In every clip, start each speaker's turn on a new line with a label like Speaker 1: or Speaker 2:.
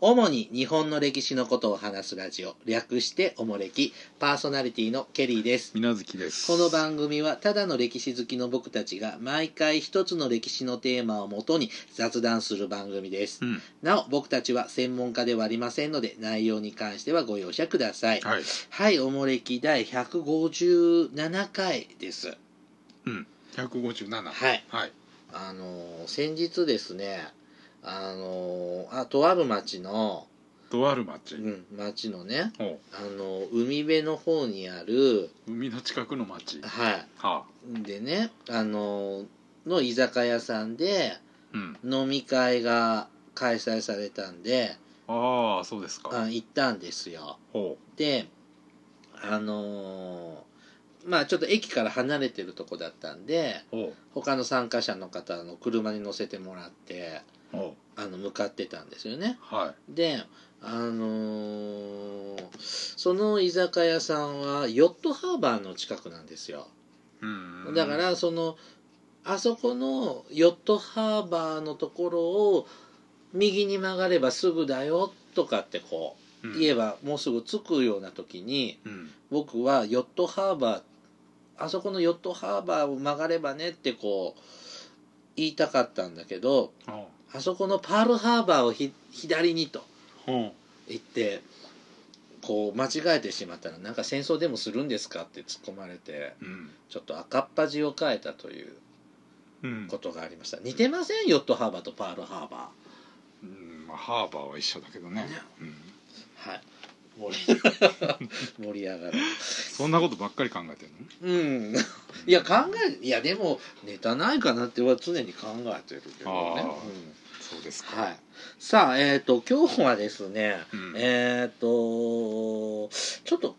Speaker 1: 主に日本の歴史のことを話すラジオ略しておもれきパーソナリティのケリーです
Speaker 2: みなずきです
Speaker 1: この番組はただの歴史好きの僕たちが毎回一つの歴史のテーマをもとに雑談する番組です
Speaker 2: うん
Speaker 1: なお僕たちは専門家ではありませんので内容に関してはご容赦ください
Speaker 2: はい
Speaker 1: はい、おもれき第157回です。
Speaker 2: うん157
Speaker 1: はい
Speaker 2: はい
Speaker 1: あのー先日ですね、あのーあとある町の、
Speaker 2: とある町
Speaker 1: うん、町のね、
Speaker 2: お
Speaker 1: あのー海辺の方にある、
Speaker 2: 海の近くの町は
Speaker 1: は
Speaker 2: あ
Speaker 1: い、でね、あのーの居酒屋さんで
Speaker 2: うん
Speaker 1: 飲み会が開催されたんで、
Speaker 2: ああそうですか
Speaker 1: あ行ったんですよ。
Speaker 2: ほ
Speaker 1: で、あのーまあちょっと駅から離れてるとこだったんで、
Speaker 2: うほ
Speaker 1: 他の参加者の方の車に乗せてもらって
Speaker 2: うほ
Speaker 1: あの向かってたんですよね
Speaker 2: うはい
Speaker 1: であのーその居酒屋さんはヨットハーバーの近くなんですよ
Speaker 2: うん
Speaker 1: だからそのあそこのヨットハーバーのところを右に曲がればすぐだよとかってこう言え
Speaker 2: ば
Speaker 1: ばもうすぐ着くような時に
Speaker 2: うん
Speaker 1: 僕はヨットハーバーあそこのヨットハーバーを曲がればねってこう言いたかったんだけど
Speaker 2: ほ
Speaker 1: あそこのパールハーバーをひ左にと
Speaker 2: うほ
Speaker 1: 言ってこう間違えてしまったらなんか戦争でもするんですかって突っ込まれて
Speaker 2: ううん
Speaker 1: ちょっと赤っ恥を変えたという
Speaker 2: うん
Speaker 1: ことがありました似てませんヨットハーバーとパールハーバ
Speaker 2: うんまあハーバーは一緒だけどね
Speaker 1: ね
Speaker 2: うん
Speaker 1: ーはい盛 り盛り上がる
Speaker 2: そんなことばっかり考えてるの
Speaker 1: うんいや考えいやでもネタないかなっては常に考えてるけどね、
Speaker 2: あー
Speaker 1: うん
Speaker 2: そうですか
Speaker 1: はい、さあえっ、と今日はですね、
Speaker 2: うん
Speaker 1: えっ、とちょっと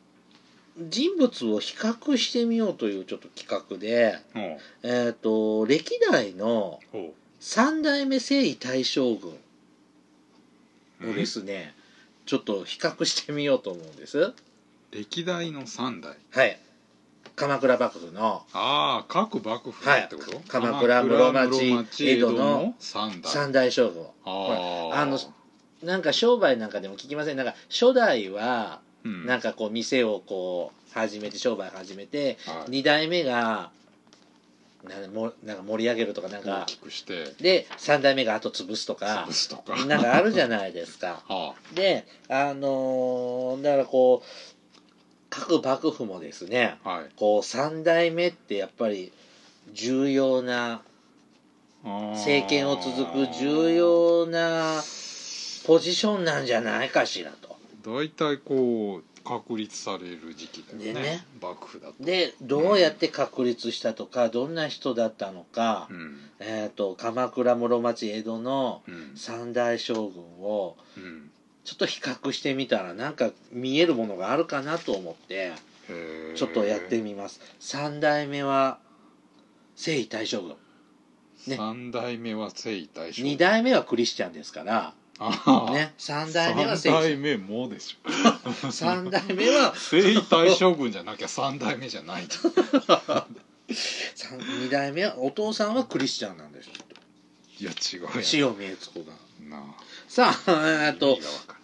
Speaker 1: 人物を比較してみようというちょっと企画で、
Speaker 2: ほう
Speaker 1: えっと歴代の
Speaker 2: ほ
Speaker 1: 三代目征夷大将軍
Speaker 2: う
Speaker 1: をですね、ちょっと比較してみようと思うんです。
Speaker 2: 歴代の三代
Speaker 1: はい鎌倉幕府の
Speaker 2: ああ各幕府
Speaker 1: はい
Speaker 2: ってこと、
Speaker 1: 鎌倉室町
Speaker 2: 鎌
Speaker 1: 江戸の
Speaker 2: 三代
Speaker 1: 三大将軍を
Speaker 2: ああ
Speaker 1: あのなんか商売なんかでも聞きませんなんか初代は
Speaker 2: うん
Speaker 1: なんかこう店をこう始めて商売始めて
Speaker 2: はい
Speaker 1: 2代目がなもなんか盛り上げるとかなん
Speaker 2: 大
Speaker 1: か
Speaker 2: きくして
Speaker 1: で3代目が後潰すとか
Speaker 2: 潰すとか
Speaker 1: なんかあるじゃないですか
Speaker 2: は
Speaker 1: であのーだからこう各幕府もですね
Speaker 2: あはい
Speaker 1: こう3代目ってやっぱり重要な
Speaker 2: あー
Speaker 1: 政権を続く重要なポジションなんじゃないかしらと。
Speaker 2: 大体こう確立される時期だよ
Speaker 1: で
Speaker 2: ね
Speaker 1: ね
Speaker 2: 幕府だと
Speaker 1: でどうやって確立したとかどんな人だったのか
Speaker 2: う、ん
Speaker 1: えー、と鎌倉室町江戸の
Speaker 2: うん
Speaker 1: 三大将軍を
Speaker 2: うん
Speaker 1: ちょっと比較してみたらなんか見えるものがあるかなと思って
Speaker 2: へー
Speaker 1: ちょっとやってみます。三代目は征夷大将軍ね
Speaker 2: 三代目は征夷大将
Speaker 1: 二代目はクリスチャンですから、
Speaker 2: ああ
Speaker 1: ね、三代
Speaker 2: 三
Speaker 1: 目は
Speaker 2: 代
Speaker 1: 征
Speaker 2: 目もでしょ
Speaker 1: 夷三代目は
Speaker 2: 征夷大将軍じゃなきゃ三代目じ ゃないと
Speaker 1: 三二代目はお父さんはクリスチャンなんです
Speaker 2: いや違うや
Speaker 1: 塩見悦子が
Speaker 2: んな
Speaker 1: さあえ
Speaker 2: あ
Speaker 1: っと
Speaker 2: 意味がわか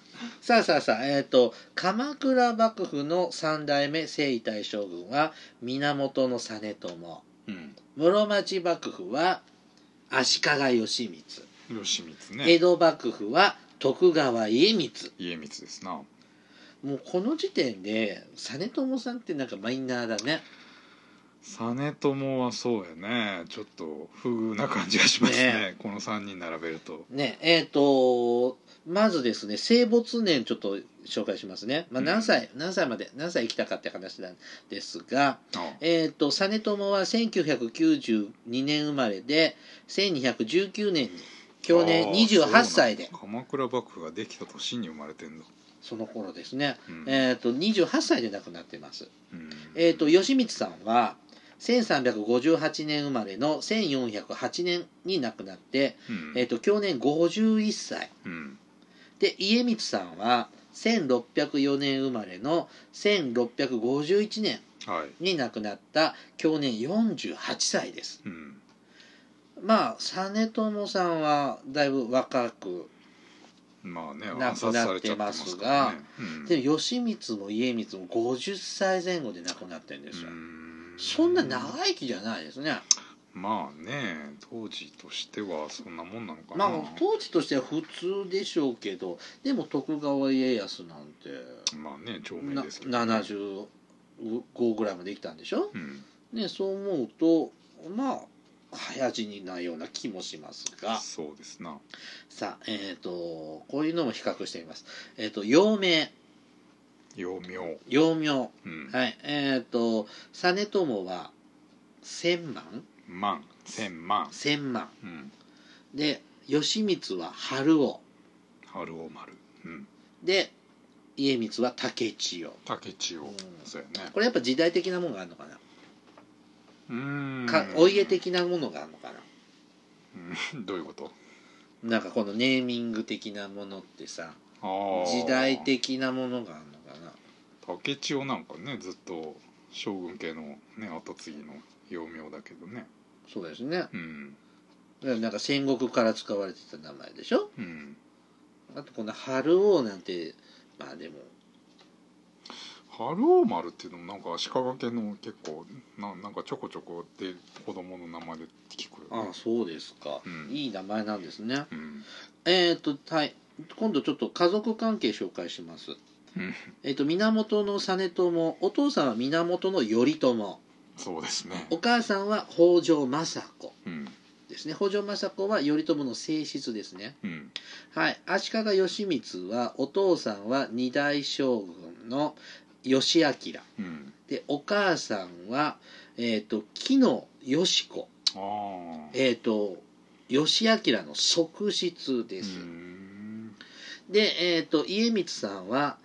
Speaker 1: さあさあさあえっ、と鎌倉幕府の三代目征夷大将軍は源実朝
Speaker 2: らん
Speaker 1: 室町幕府は足利義満、
Speaker 2: うん義満
Speaker 1: 江
Speaker 2: ね
Speaker 1: 戸幕府は徳川家光
Speaker 2: 家光ですな
Speaker 1: もうこの時点で実朝さんってなんかマイナーだね
Speaker 2: 実朝はそうやねちょっと不遇な感じがしますね
Speaker 1: ね
Speaker 2: この3人並べると
Speaker 1: ねえっ、とまずですね生没年ちょっと紹介しますね、まあ、
Speaker 2: うん
Speaker 1: 何歳、何歳まで何歳生きたかって話なんですが
Speaker 2: あ
Speaker 1: えー、と実朝は1992年生まれで1219年に去年
Speaker 2: あー
Speaker 1: 28歳で
Speaker 2: そうなんだ鎌倉幕府ができた年に生まれてんだ、
Speaker 1: その頃ですね、
Speaker 2: うん
Speaker 1: えー、と28歳で亡くなってます、
Speaker 2: うん
Speaker 1: えー、と義満さんは1358年生まれの1408年に亡くなって、
Speaker 2: うん
Speaker 1: えー、と去年51歳
Speaker 2: うん
Speaker 1: で家光さんは1604年生まれの1651年
Speaker 2: はい
Speaker 1: に亡くなった去年48歳です
Speaker 2: うん
Speaker 1: まあ実朝さんはだいぶ若く
Speaker 2: まあね
Speaker 1: 亡くなってますが
Speaker 2: 暗殺されちゃってますからねうん
Speaker 1: で義満も家光も50歳前後で亡くなってるんですよ、
Speaker 2: うん
Speaker 1: そんな長生きじゃないですね
Speaker 2: まあね当時としてはそんなもんなのか
Speaker 1: ま
Speaker 2: な、
Speaker 1: あ当時としては普通でしょうけどでも徳川家康なんて
Speaker 2: まあね長命
Speaker 1: な
Speaker 2: ですけど、ね、
Speaker 1: 75ぐらいまで生きたんでしょ、
Speaker 2: うん
Speaker 1: ね、そう思うとまあ早死になような気もしますが
Speaker 2: そうですな
Speaker 1: さあえっ、とこういうのも比較してみますえっ、と幼名
Speaker 2: 幼名
Speaker 1: 幼名
Speaker 2: うん、
Speaker 1: はい、えっ、と、実朝は千万
Speaker 2: 万千万、
Speaker 1: 千万。
Speaker 2: うん、
Speaker 1: で、義満は春尾。
Speaker 2: 春尾丸、うん、
Speaker 1: で、家光は竹千代。
Speaker 2: 竹千代、
Speaker 1: うん
Speaker 2: そうやね
Speaker 1: これやっぱ時代的なものがあるのかな、
Speaker 2: うーん
Speaker 1: かお家的なものがあるのかな
Speaker 2: うんどういうこと
Speaker 1: なんかこのネーミング的なものってさ、
Speaker 2: あー
Speaker 1: 時代的なものがあるのかな
Speaker 2: 竹千代なんかねずっと将軍系のね跡継ぎの幼名だけどね
Speaker 1: そうですね。だか
Speaker 2: うん
Speaker 1: らなんか戦国から使われてた名前でしょ
Speaker 2: うん
Speaker 1: あとこの春尾なんて、まあでも、
Speaker 2: 春尾丸っていうのもなんか足利家の結構ななんかちょこちょこで子供の名前で聞くよ
Speaker 1: あ
Speaker 2: ね
Speaker 1: あ、そうですか、
Speaker 2: うん
Speaker 1: いい名前なんですね。
Speaker 2: うん
Speaker 1: えー、とはい今度ちょっと家族関係紹介します、
Speaker 2: うん
Speaker 1: えー、と源の実朝お父さんは源の頼朝
Speaker 2: そうですね
Speaker 1: お母さんは北条政子
Speaker 2: うん
Speaker 1: ですね北条政子は頼朝の正室ですね
Speaker 2: うん
Speaker 1: はい足利義満はお父さんは二代将軍の義明
Speaker 2: うん
Speaker 1: でお母さんはえっ、と紀野義子
Speaker 2: ああ
Speaker 1: えっ、と義明の側室
Speaker 2: う
Speaker 1: です、
Speaker 2: ーん
Speaker 1: で、えっと家光さんは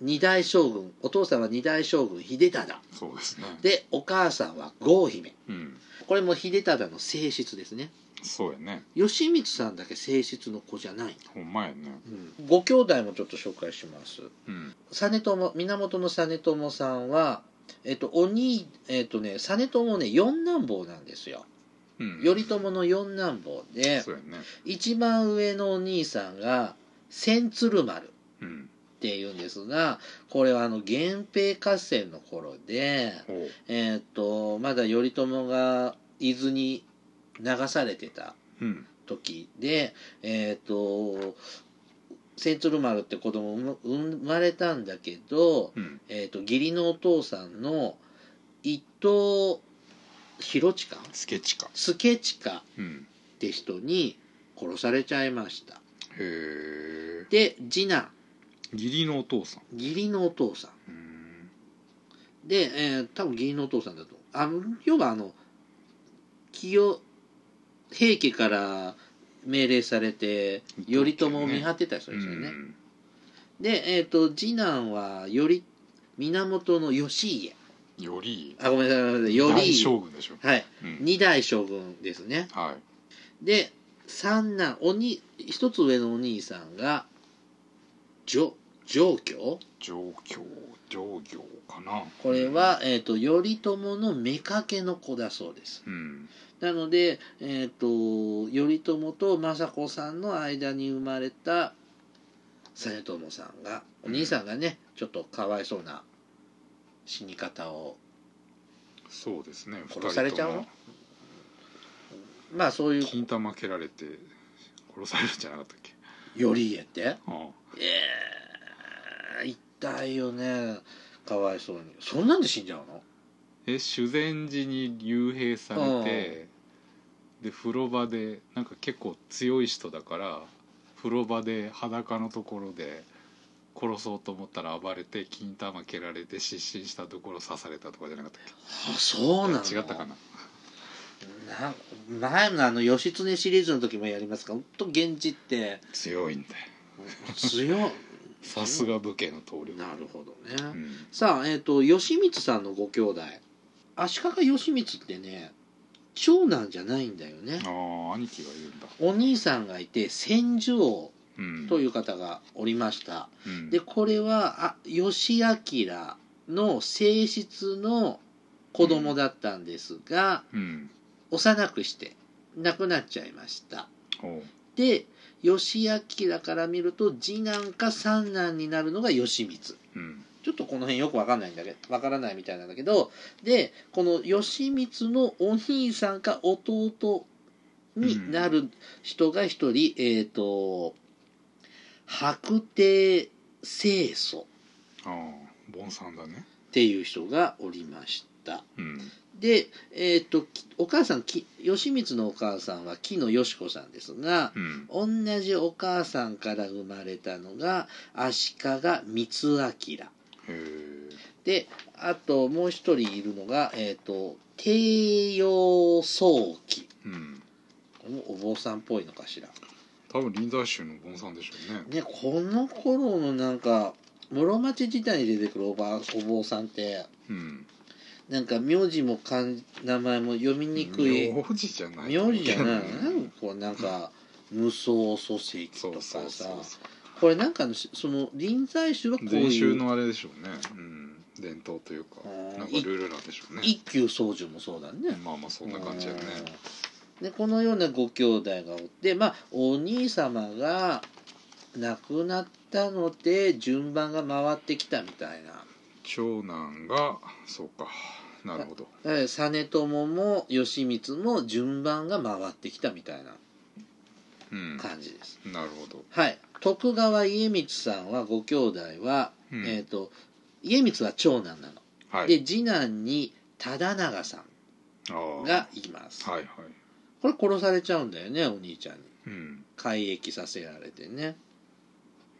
Speaker 1: 二代将軍お父さんは二代将軍秀忠
Speaker 2: そうですね
Speaker 1: でお母さんは郷姫
Speaker 2: うん
Speaker 1: これも秀忠の正室ですね
Speaker 2: そうやね
Speaker 1: 義満さんだけ正室の子じゃない、
Speaker 2: ほんまやね
Speaker 1: うん、ご兄弟もちょっと紹介します
Speaker 2: うん
Speaker 1: 実朝源実朝さんはえっとお兄えっとね実朝ね四男坊なんですよ
Speaker 2: うん
Speaker 1: 頼朝の四男坊で
Speaker 2: そうやね
Speaker 1: 一番上のお兄さんが千鶴丸
Speaker 2: うん
Speaker 1: っていうんですがこれはあの源平合戦の頃で
Speaker 2: ほう
Speaker 1: えーっとまだ頼朝が伊豆に流されてた
Speaker 2: うん
Speaker 1: 時でえーっと千鶴丸って子供生ま生まれたんだけど、
Speaker 2: うん
Speaker 1: えーっと義理のお父さんの伊藤博親
Speaker 2: スケッチか
Speaker 1: 助親
Speaker 2: うん
Speaker 1: って人に殺されちゃいました
Speaker 2: へえ
Speaker 1: で次男
Speaker 2: 義理のお父さん
Speaker 1: 義理のお父さん
Speaker 2: うーん
Speaker 1: で、えー多分義理のお父さんだとあの要はあの清平家から命令されて頼朝を見張ってた人ですよね、
Speaker 2: うん
Speaker 1: で、えー、と次男は頼源の義家
Speaker 2: より
Speaker 1: あごめんなさいごめんなさい
Speaker 2: 大
Speaker 1: 頼家
Speaker 2: 将軍でしょ、
Speaker 1: はい
Speaker 2: うん
Speaker 1: 二代将軍ですね
Speaker 2: はい
Speaker 1: で三男おに一つ上のお兄さんが上上京
Speaker 2: 上京上京かな
Speaker 1: これは、えー、と頼朝の妾の子だそうです
Speaker 2: うん
Speaker 1: なので、えー、と頼朝と政子さんの間に生まれた実朝さんがお兄さんがね、ちょっとかわいそうな死に方を
Speaker 2: そうですね
Speaker 1: 殺されちゃうの
Speaker 2: 二人と
Speaker 1: まあそういう
Speaker 2: も金玉蹴られて殺されるんじゃなかったっけ
Speaker 1: 頼家って
Speaker 2: あ
Speaker 1: えー、痛いよねかわいそうにそんなんで死んじゃうの
Speaker 2: え修善寺に幽閉されてで風呂場でなんか結構強い人だから風呂場で裸のところで殺そうと思ったら暴れて金玉蹴られて失神したところ刺されたとかじゃなかったっけ
Speaker 1: あそうなの
Speaker 2: 違ったかな
Speaker 1: な前のあの義経シリーズの時もやりますかほんと源氏って
Speaker 2: 強いんだよ
Speaker 1: 強い
Speaker 2: さすが武家の棟梁
Speaker 1: なるほどね、
Speaker 2: うん
Speaker 1: さあ、えっ、と、義満さんのご兄弟。足利義満ってね、長男じゃないんだよね。
Speaker 2: ああ兄貴がいるんだ、
Speaker 1: お兄さんがいて、千住王
Speaker 2: うん、
Speaker 1: と
Speaker 2: う、
Speaker 1: いう方がおりました。
Speaker 2: ん、
Speaker 1: で、これは、あ、義明の正室の子供だったんですが、
Speaker 2: うん
Speaker 1: 幼くして亡くなっちゃいました。
Speaker 2: おう
Speaker 1: で、義明から見ると次男か三男になるのが義満
Speaker 2: うん
Speaker 1: ちょっとこの辺よくわかんないんだけどわからないみたいなんだけどでこの義満のお兄さんか弟になる人が一人、えっ、と白帝清楚
Speaker 2: ああボンさんだね
Speaker 1: っていう人がおりました。
Speaker 2: うん
Speaker 1: で、えっときお母さんき義満のお母さんは木野よし子さんですが、
Speaker 2: うん
Speaker 1: 同じお母さんから生まれたのが足利光明
Speaker 2: へえ
Speaker 1: であともう一人いるのが、えっと帝陽宗輝
Speaker 2: うん
Speaker 1: これもお坊さんっぽいのかしら。
Speaker 2: 多分臨済宗のボンさんでしょうね
Speaker 1: ねこの頃のなんか室町時代に出てくるおばお坊さんって
Speaker 2: うん
Speaker 1: なんか名字も漢名前も読みにくい
Speaker 2: 名字じゃない
Speaker 1: 名字じゃないなん
Speaker 2: ん
Speaker 1: かこうなんか無双蘇石
Speaker 2: そ
Speaker 1: とか
Speaker 2: うそう
Speaker 1: さ
Speaker 2: そうそう
Speaker 1: これなんかのしその臨済宗はこう
Speaker 2: 禅
Speaker 1: い
Speaker 2: 宗
Speaker 1: う
Speaker 2: のあれでしょうねうん伝統というか
Speaker 1: うん
Speaker 2: なんかルールなんでしょうね
Speaker 1: 一休宗純もそうだね
Speaker 2: まあまあそんな感じやね
Speaker 1: うんでこのようなご兄弟がおってまあお兄様が亡くなったので順番が回ってきたみたいな
Speaker 2: 長男がそうかなるほど
Speaker 1: えー実朝も義満も順番が回ってきたみたいな
Speaker 2: うん
Speaker 1: 感じです、
Speaker 2: なるほど
Speaker 1: はい徳川家光さんはご兄弟は、
Speaker 2: うん
Speaker 1: えっ、と家光は長男なの、
Speaker 2: はい
Speaker 1: で次男に忠長さ
Speaker 2: あ
Speaker 1: ん
Speaker 2: あ
Speaker 1: がいます、
Speaker 2: はいはい
Speaker 1: これ殺されちゃうんだよねお兄ちゃんに
Speaker 2: うん
Speaker 1: 改易させられてね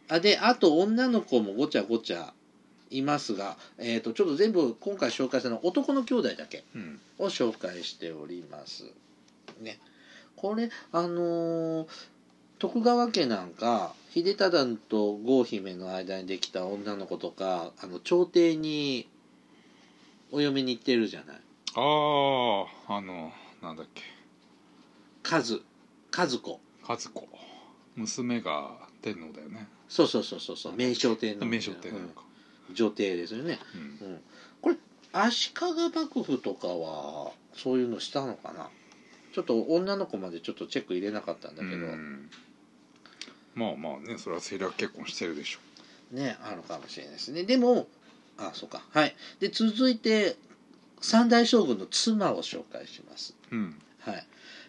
Speaker 1: あであと女の子もごちゃごちゃいますが、えー、とちょっと全部今回紹介したのは男の兄弟だけ
Speaker 2: うん
Speaker 1: を紹介しております。ね、これあのー徳川家なんか秀忠と郷姫の間にできた女の子とかあの朝廷にお嫁に行ってるじゃない
Speaker 2: あああのなんだっけ
Speaker 1: 和和子
Speaker 2: 和子娘が天皇だよね
Speaker 1: そうそうそうそうそう名将帝の
Speaker 2: 名称天皇か
Speaker 1: うん女帝ですよね、
Speaker 2: うん
Speaker 1: うん、これ足利幕府とかはそういうのしたのかなちょっと女の子までちょっとチェック入れなかったんだけど、
Speaker 2: うんまあまあねそれは政略結婚してるでしょ
Speaker 1: ねあるかもしれないですねでもあそうかはいで続いて三大将軍の妻を紹介します
Speaker 2: うん
Speaker 1: はい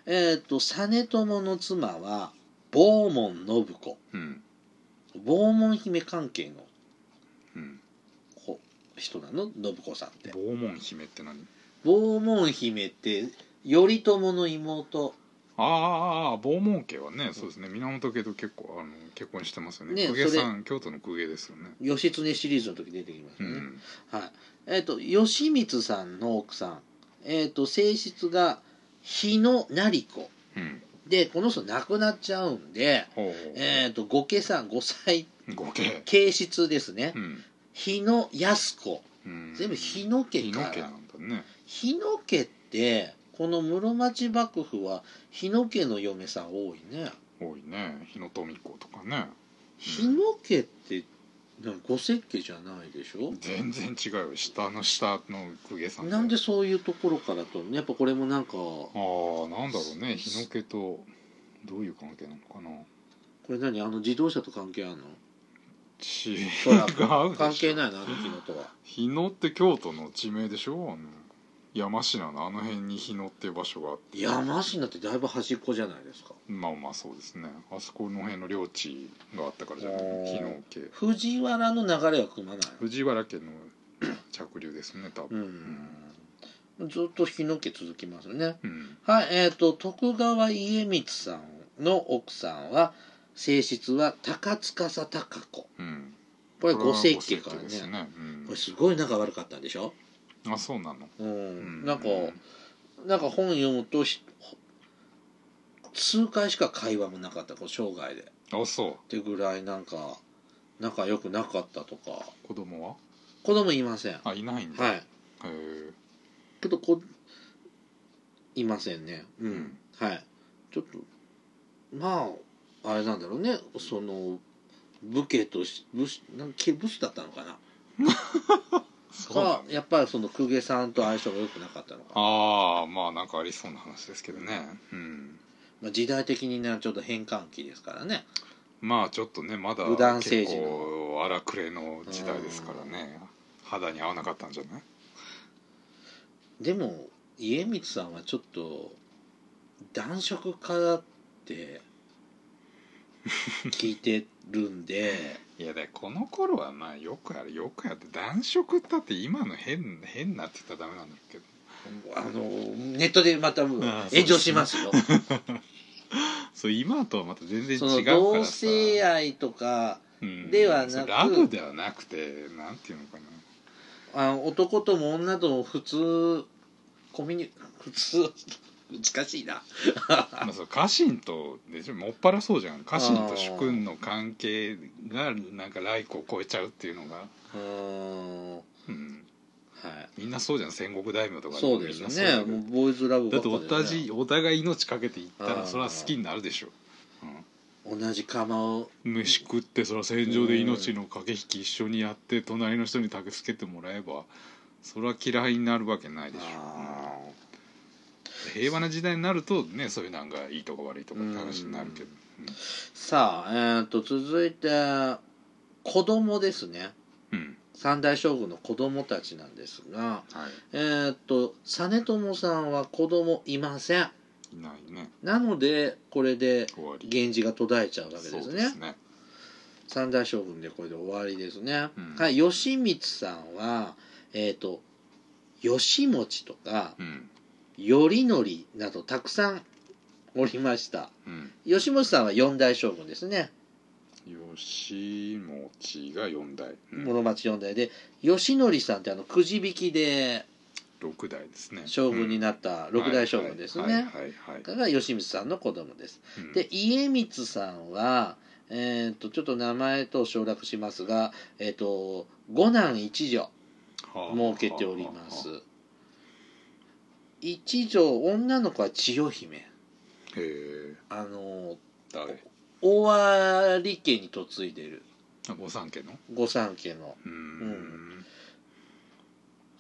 Speaker 1: えっ、と実朝の妻は坊門信子
Speaker 2: うん
Speaker 1: 坊門姫関係の
Speaker 2: うん
Speaker 1: 子人なの信子さんって
Speaker 2: 坊門姫って何
Speaker 1: 坊門姫って頼朝の妹
Speaker 2: ああ坊門家はねそうですね源家と結構あの結婚してますよね
Speaker 1: ね
Speaker 2: 公家さん京都の公家ですよね
Speaker 1: 義経シリーズの時出てきます
Speaker 2: う
Speaker 1: よね、
Speaker 2: ん
Speaker 1: はいえっ、と義満さんの奥さんえっ、と正室が日野成子
Speaker 2: うん
Speaker 1: でこの人亡くなっちゃうんで、
Speaker 2: ほう
Speaker 1: えー、とご家さん5歳
Speaker 2: 合計
Speaker 1: 形質ですね
Speaker 2: うん
Speaker 1: 日野安子
Speaker 2: うん
Speaker 1: 全部日野家
Speaker 2: 日
Speaker 1: か
Speaker 2: 野
Speaker 1: ら
Speaker 2: 家なんだね
Speaker 1: 日野家ってこの室町幕府は日野家の嫁さん多いね
Speaker 2: 多いね日野富子とかね
Speaker 1: 日野家ってなんかご設計じゃないでしょ
Speaker 2: 全然違うよ下の下の公家さんだよ
Speaker 1: なんでそういうところからとやっぱこれもなんか
Speaker 2: あ
Speaker 1: こ
Speaker 2: あなんだろうね日野家とどういう関係なのかな
Speaker 1: れ何あの自動車と関係あるの
Speaker 2: 違
Speaker 1: 空
Speaker 2: う
Speaker 1: 関係
Speaker 2: い
Speaker 1: ないのあの日野とは
Speaker 2: 日野って京都の地名でしょあの山科のあの辺に日野っていう場所があって
Speaker 1: 山科ってだいぶ端っこじゃないですか
Speaker 2: まあまあそうですねあそこの辺の領地があったからじゃな
Speaker 1: あー
Speaker 2: い日野家
Speaker 1: 藤原の流れは組まない
Speaker 2: 藤原家の着流ですね多
Speaker 1: う
Speaker 2: 分
Speaker 1: んずっと日野家続きますね
Speaker 2: うん
Speaker 1: はいえっ、と徳川家光さんの奥さんは正室は高司孝子
Speaker 2: うん
Speaker 1: これご
Speaker 2: 世
Speaker 1: 世家からね
Speaker 2: ですね、うん
Speaker 1: これすごい仲悪かったんでしょ
Speaker 2: あそうなの
Speaker 1: うん、
Speaker 2: うん
Speaker 1: なんかなんか本読むとひ数回しか会話もなかったこう生涯でっ
Speaker 2: あそ
Speaker 1: てぐらいなんか仲良くなかったとか
Speaker 2: う子供は
Speaker 1: 子供いません
Speaker 2: あいないんだ、
Speaker 1: はい
Speaker 2: へえ
Speaker 1: けどこいませんねうん、
Speaker 2: うん
Speaker 1: はいちょっとまああれなんだろうねその武家とし武士なんけ武士だったのかな
Speaker 2: そうな
Speaker 1: か
Speaker 2: の
Speaker 1: やっぱりその公家さんと相性が良くなかったのか
Speaker 2: ああまあなんかありそうな話ですけどねうん
Speaker 1: まあ、時代的にねちょっと変換期ですからね
Speaker 2: まあちょっとねまだ
Speaker 1: 無断
Speaker 2: 結
Speaker 1: 政治の
Speaker 2: 構荒くれの時代ですからね肌に合わなかったんじゃない
Speaker 1: でも家光さんはちょっと男色家だって 聞いてるんで
Speaker 2: いやだからこの頃はまあよくやるよくやって男色ったって今の変変なって言ったらダメなんだけど
Speaker 1: あのネットでまたもう
Speaker 2: ああそうですね
Speaker 1: 炎上し ますよ。
Speaker 2: そう今とはまた全然違
Speaker 1: その
Speaker 2: うからさ
Speaker 1: 同性愛とか
Speaker 2: うん
Speaker 1: ではなく
Speaker 2: そうラブではなくてなんていうのかな
Speaker 1: あの男とも女とも普通コミュニ 普通難しいな。
Speaker 2: まあ、そう家臣とでしょもっぱらそうじゃん家臣と主君の関係がなんか来を超えちゃうっていうのが、
Speaker 1: うーんは
Speaker 2: うん、
Speaker 1: い。
Speaker 2: みんなそうじゃん戦国大名とか
Speaker 1: そうですよ
Speaker 2: みんなそうだ
Speaker 1: ね。
Speaker 2: け
Speaker 1: も
Speaker 2: ど
Speaker 1: うボーイズラブ
Speaker 2: だ
Speaker 1: ば
Speaker 2: っ
Speaker 1: っか
Speaker 2: て
Speaker 1: りだ
Speaker 2: 同
Speaker 1: よ
Speaker 2: じ
Speaker 1: ね
Speaker 2: お互い命かけていった
Speaker 1: あー
Speaker 2: らそれは好きになるでしょ、
Speaker 1: 同じ釜を
Speaker 2: うん、飯食ってそれは戦場で命の駆け引き一緒にやって隣の人に助けてもらえばそれは嫌いになるわけないでしょ、
Speaker 1: あー
Speaker 2: うん平和な時代になるとねそういうなんかいいとか悪いとかって話になるけど、
Speaker 1: さあえー、と続いて子供ですね。
Speaker 2: うん
Speaker 1: 三大将軍の子供たちなんですが、
Speaker 2: は
Speaker 1: えーっと実朝さんは子供いません。
Speaker 2: いいないね
Speaker 1: なのでこれで
Speaker 2: 終わり
Speaker 1: 源氏が途絶えちゃうわけですね
Speaker 2: そうですね
Speaker 1: 三大将軍でこれで終わりですね、
Speaker 2: うん
Speaker 1: はい義満さんはえっ、と義持とか
Speaker 2: うん
Speaker 1: 頼則などたくさんおりました
Speaker 2: うん
Speaker 1: 義持さんは四大将軍ですね
Speaker 2: 吉持が四代、うん、
Speaker 1: 室町四代で義則さんってあのくじ引きで
Speaker 2: 6代ですね
Speaker 1: 将軍になった六大将軍です
Speaker 2: はいはい
Speaker 1: ね
Speaker 2: はいはい、
Speaker 1: が義満さんの子供です
Speaker 2: うん
Speaker 1: で家光さんは、えー、とちょっと名前と省略しますが、えー、と五男一女設けておりま
Speaker 2: は
Speaker 1: す一女女の子は千代姫
Speaker 2: あへえ
Speaker 1: あの
Speaker 2: 誰
Speaker 1: 大割家に嫁いでる
Speaker 2: あ御三家の
Speaker 1: 御三家の
Speaker 2: うーん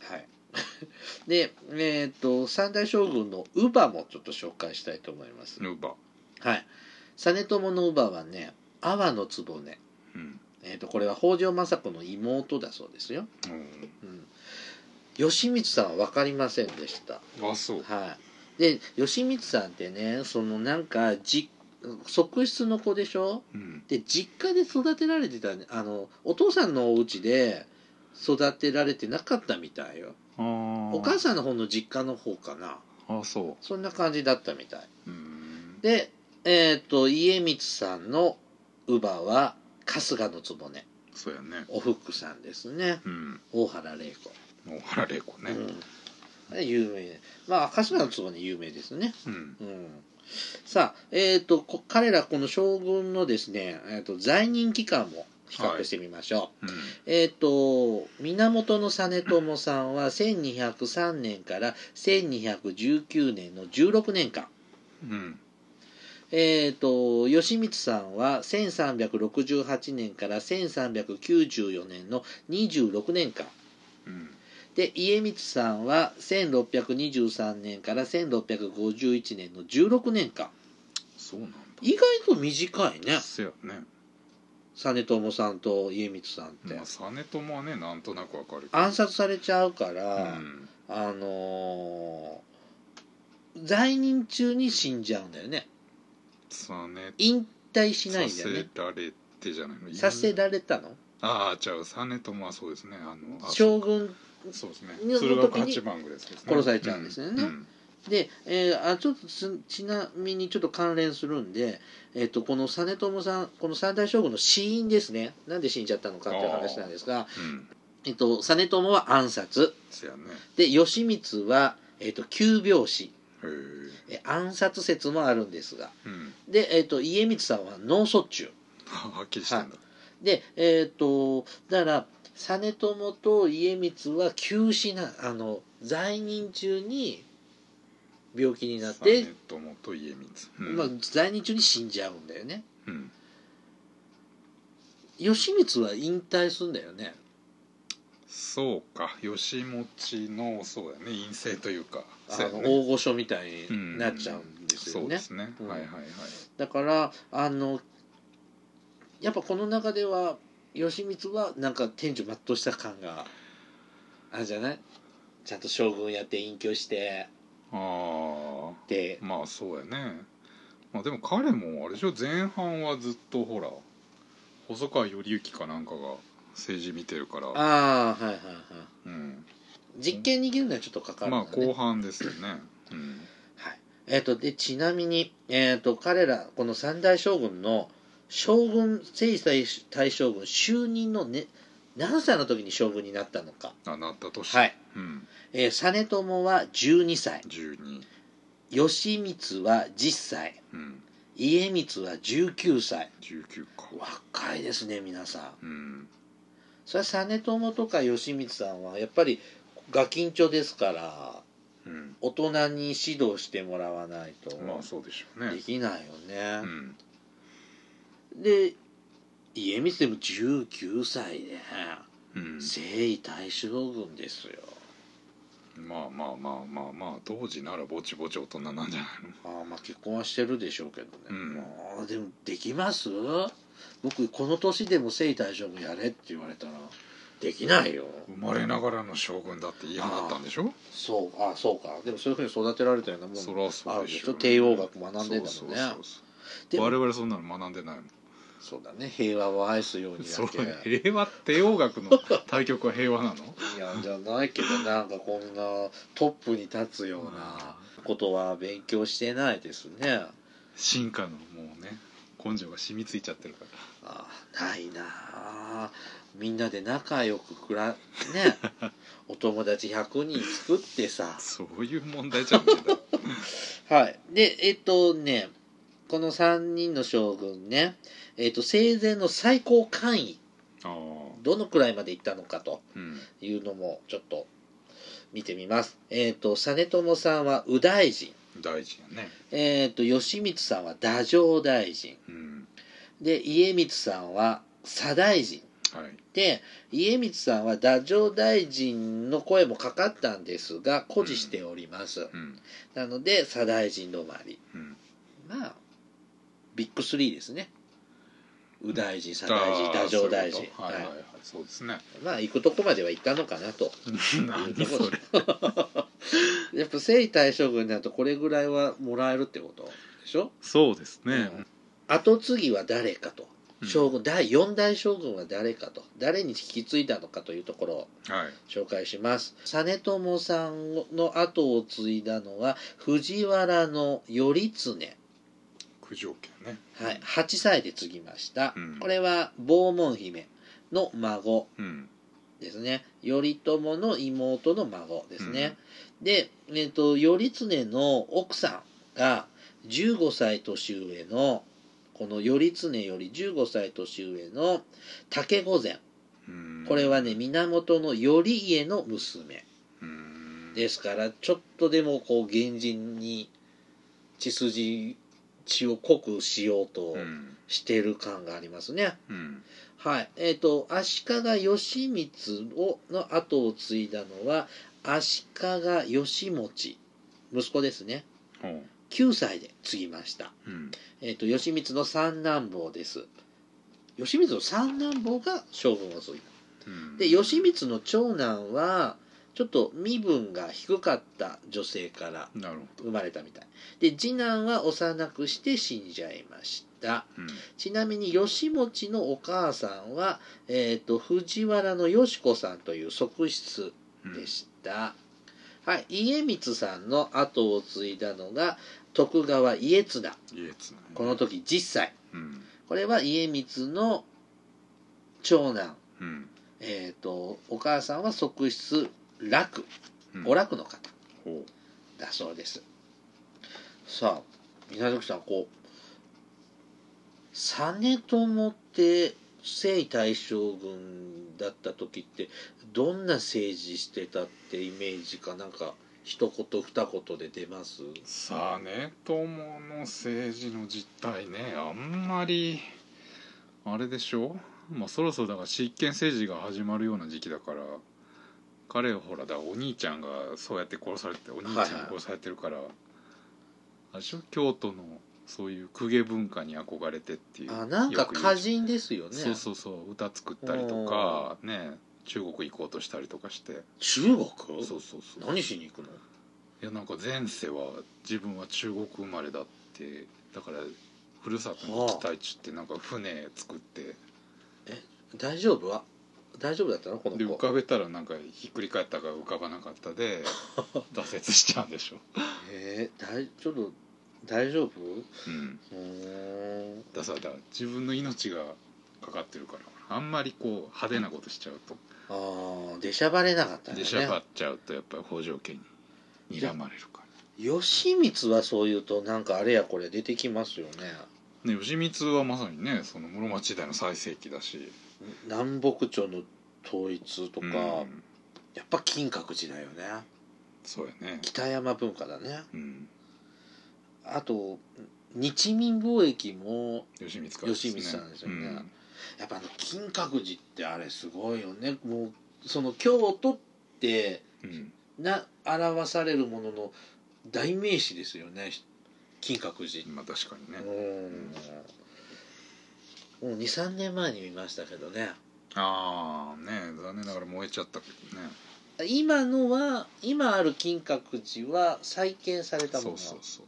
Speaker 1: はい でえっ、と三大将軍の乳母もちょっと紹介したいと思います、
Speaker 2: ヌバ
Speaker 1: はい実朝の乳母はね阿波の局
Speaker 2: うん
Speaker 1: えー、とこれは北条政子の妹だそうですよ、
Speaker 2: うん
Speaker 1: うん、義満さんは分かりませんでした
Speaker 2: あそう
Speaker 1: はい、で義満さんってねそのなんかじ側室の子でしょ
Speaker 2: うん
Speaker 1: で実家で育てられてたねあのお父さんのお家で育てられてなかったみたいよ
Speaker 2: あ
Speaker 1: お
Speaker 2: お
Speaker 1: 母さんの方の実家の方かな
Speaker 2: あそ
Speaker 1: そんな感じだったみたいう
Speaker 2: うーん
Speaker 1: でえっ、と家光さんの乳母は春日の局
Speaker 2: そうやね
Speaker 1: おふくさんですね
Speaker 2: うん
Speaker 1: 大原玲子、
Speaker 2: 大原玲子ね
Speaker 1: うん、で有名まあ春日の局有名ですね
Speaker 2: うん
Speaker 1: うんさあ、えー、とこ彼らこの将軍のですね、えー、と在任期間も比較してみましょう、
Speaker 2: うん
Speaker 1: えっ、と源実朝さんは1203年から1219年の16年間
Speaker 2: うん
Speaker 1: えっ、と義満さんは1368年から1394年の26年間
Speaker 2: うん
Speaker 1: で家光さんは1623年から1651年の16年間
Speaker 2: そうなんだ
Speaker 1: 意外と短いね
Speaker 2: そうやね
Speaker 1: 実朝さんと家光さんって、
Speaker 2: まあ実朝はねなんとなくわかるけど
Speaker 1: 暗殺されちゃうか
Speaker 2: う
Speaker 1: ら、
Speaker 2: ん
Speaker 1: あのー在任中に死んじゃうんだよね
Speaker 2: そうね
Speaker 1: 引退しないんだよね
Speaker 2: させられてじゃないの
Speaker 1: させられたの
Speaker 2: ああじゃあ実朝はそうですねあのあ
Speaker 1: 将軍
Speaker 2: そうですね
Speaker 1: の時に
Speaker 2: 鶴岡八幡宮ですね
Speaker 1: 殺されちゃうんですよね
Speaker 2: うん
Speaker 1: で、えーあちょっとすちなみにちょっと関連するんで、えっとこの実朝さんこの三大将軍の死因ですねなんで死んじゃったのかっていう話なんですが、
Speaker 2: うんうん
Speaker 1: えっと実朝は暗殺
Speaker 2: そやね
Speaker 1: で義満は、えっと急病死
Speaker 2: へえ
Speaker 1: え暗殺説もあるんですが
Speaker 2: うん
Speaker 1: で、えっと家光さんは脳卒中
Speaker 2: はっきりしたんだ
Speaker 1: でえっ、とだから実朝と家光は急死なあの在任中に病気になって
Speaker 2: 実、朝と家光うん
Speaker 1: まあ、在任中に死んじゃうんだよね
Speaker 2: うん
Speaker 1: 義満は引退すんだよね
Speaker 2: そうか吉持ちのそうやね陰性というか
Speaker 1: あ
Speaker 2: そうや
Speaker 1: の
Speaker 2: ね
Speaker 1: 大御所みたいになっちゃうんですよ
Speaker 2: そう
Speaker 1: ね
Speaker 2: で。すね、
Speaker 1: うん
Speaker 2: はいはいはい
Speaker 1: だからあのやっぱこの中では義満はなんか天寿全うした感があるじゃないちゃんと将軍やって隠居して
Speaker 2: あ
Speaker 1: で
Speaker 2: あまあそうやねまあでも彼もあれでしょ前半はずっとほら細川頼之かなんかが政治見てるから、
Speaker 1: ああはいはいはい
Speaker 2: うん、
Speaker 1: 実験に行けるのはちょっとかかるんだ
Speaker 2: まあ
Speaker 1: ね、
Speaker 2: 後半ですよね、うん、
Speaker 1: はいえー、とでちなみに、えー、と彼らこの三大将軍の将軍征夷大将軍就任の、ね、何歳の時に将軍になったのか、
Speaker 2: あなった年、
Speaker 1: はい
Speaker 2: うん、
Speaker 1: えー、実朝は12歳
Speaker 2: 12、
Speaker 1: 義満は10歳
Speaker 2: うん、
Speaker 1: 家光は19歳
Speaker 2: 19か
Speaker 1: 若いですね皆さん
Speaker 2: うん
Speaker 1: それは実朝とか義満さんはやっぱりガキンチョですから
Speaker 2: うん
Speaker 1: 大人に指導してもらわないと
Speaker 2: まあそうでしょうね
Speaker 1: できないよ
Speaker 2: う
Speaker 1: ね、
Speaker 2: ん
Speaker 1: で家光でも19歳で
Speaker 2: うん
Speaker 1: 征夷大将軍ですよ
Speaker 2: まあまあまあまあまあ当時ならぼちぼち大人なんじゃないの
Speaker 1: ああまあ結婚はしてるでしょうけどね、
Speaker 2: うん
Speaker 1: まあでもできます僕この年でも征夷大将軍やれって言われたらできないよ
Speaker 2: 生まれながらの将軍だって嫌だったんでしょ
Speaker 1: そうあそうかでもそういうふうに育てられたようなもん
Speaker 2: そりゃそうでしょ
Speaker 1: あるでしょ帝王学学んでんだもんね
Speaker 2: そうそうそうそ
Speaker 1: で
Speaker 2: う
Speaker 1: も
Speaker 2: 我々そんなの学んでないもん
Speaker 1: そうだね平和を愛すように
Speaker 2: そ
Speaker 1: だ
Speaker 2: う
Speaker 1: け
Speaker 2: 平和帝王 学の対局は平和なの
Speaker 1: いやじゃないけどなんかこんなトップに立つようなことは勉強してないですね
Speaker 2: 進化のもうね根性が染みついちゃってるか
Speaker 1: あ
Speaker 2: ら
Speaker 1: ないなあみんなで仲良くくら ねお友達100人作ってさ
Speaker 2: そういう問題じゃねえ だろ
Speaker 1: はいでえっとねこの3人の将軍ね、えっと、生前の最高官位
Speaker 2: ああ
Speaker 1: どのくらいまで行ったのかと
Speaker 2: うん
Speaker 1: いうのもちょっと見てみます。えっ、と実朝さんは右大臣、
Speaker 2: 大事やね
Speaker 1: えっ、と義満さんは太政大臣
Speaker 2: うん
Speaker 1: で家光さんは左大臣
Speaker 2: はい
Speaker 1: で家光さんは太政大臣の声もかかったんですが誇示しております。
Speaker 2: うん
Speaker 1: なので左大臣止まり
Speaker 2: うん
Speaker 1: まあビッグスリーですね。右大臣左大臣
Speaker 2: ああ
Speaker 1: 太
Speaker 2: そうい
Speaker 1: 政
Speaker 2: うこと
Speaker 1: 大臣
Speaker 2: はいはい
Speaker 1: は
Speaker 2: はいそうです ね
Speaker 1: いまあ行くとこまでは行ったのかなと。
Speaker 2: 何それ
Speaker 1: やっぱ征夷大将軍になるとこれぐらいはもらえるってことでしょ
Speaker 2: そうですね
Speaker 1: うん後継ぎは誰かと
Speaker 2: うん
Speaker 1: 将軍、第4代将軍は誰かと誰に引き継いだのかというところを
Speaker 2: はい
Speaker 1: 紹介します実朝さんの後を継いだのは藤原の頼常
Speaker 2: 苦情権ね
Speaker 1: はい、8歳で継ぎました、
Speaker 2: うん
Speaker 1: これは傍門姫の孫
Speaker 2: うん
Speaker 1: ですね頼朝の妹の孫ですね、で、えっと頼常の奥さんが15歳年上のこの頼常より15歳年上の竹御前
Speaker 2: うん
Speaker 1: これはね源の頼家の娘
Speaker 2: うん
Speaker 1: ですからちょっとでもこう源氏に血筋血を濃くしようと
Speaker 2: うん
Speaker 1: してる感がありますね。
Speaker 2: うん
Speaker 1: はい、えっ、と足利義満をの後を継いだのは足利義持息子ですね
Speaker 2: ほう
Speaker 1: 9歳で継ぎました、
Speaker 2: うん
Speaker 1: えっと義満の三男坊です義満の三男坊が将軍を継いだ
Speaker 2: うん
Speaker 1: で義満の長男はちょっと身分が低かった女性から
Speaker 2: なるほど
Speaker 1: 生まれたみたいで次男は幼くして死んじゃいました
Speaker 2: うん
Speaker 1: ちなみに義持のお母さんは、えー、と藤原のよし子さんという側室
Speaker 2: うん
Speaker 1: でした、はい、家光さんの後を継いだのが徳川家綱
Speaker 2: 家綱ね
Speaker 1: この時10歳
Speaker 2: うん
Speaker 1: これは家光の長男、
Speaker 2: うん
Speaker 1: えー、とお母さんは側室楽
Speaker 2: うん
Speaker 1: お楽の方
Speaker 2: ほ
Speaker 1: だそうですさあ皆崎さんこう実朝って征夷大将軍だった時ってどんな政治してたってイメージかなんか一言二言で出ます
Speaker 2: うさあね友の政治の実態ねあんまりあれでしょまあそろそろだから執権政治が始まるような時期だから彼はほらだからお兄ちゃんがそうやって殺されてお兄ちゃんが殺されてるから、あれでしょ京都のそういう公家文化に憧れてっていう
Speaker 1: あなんか
Speaker 2: よく言う
Speaker 1: 歌人ですよね
Speaker 2: そうそうそう歌作ったりとかね中国行こうとしたりとかして
Speaker 1: 中国
Speaker 2: そうそうそう
Speaker 1: 何しに行くの
Speaker 2: いやなんか前世は自分は中国生まれだってだからふるさとに行きたいっちゅってなんか船作って
Speaker 1: 大丈夫は大丈夫だったのこの
Speaker 2: で浮
Speaker 1: 子
Speaker 2: かべたらなんかひっくり返ったか浮かばなかった で挫折しちゃうんでしょ、
Speaker 1: えー、だいちょっと大丈夫
Speaker 2: うん、
Speaker 1: うーん
Speaker 2: だからさだ自分の命がかかってるからあんまりこう派手なことしちゃうと
Speaker 1: あー出しゃばれなかったんだ
Speaker 2: でしゃば
Speaker 1: ね
Speaker 2: っちゃうとやっぱり北条家に睨まれるか
Speaker 1: 義満はそういうとなんかあれやこれ出てきますよね
Speaker 2: ら、ね、義満はまさにねその室町時代の最盛期だし
Speaker 1: 南北朝の統一とか、
Speaker 2: うん
Speaker 1: やっぱ金閣寺だよね
Speaker 2: そうやね
Speaker 1: 北山文化だね
Speaker 2: うん
Speaker 1: あと日民貿易も
Speaker 2: 義満からですね
Speaker 1: 義満さんですよねやっぱあの金閣寺ってあれすごいよねもうその京都って
Speaker 2: うんうん
Speaker 1: な表されるものの代名詞ですよね金閣寺
Speaker 2: 今確かにね、
Speaker 1: うんもう23年前に見ましたけどね
Speaker 2: ああね残念ながら燃えちゃったけどね
Speaker 1: 今のは今ある金閣寺は再建されたもの
Speaker 2: そうそうそう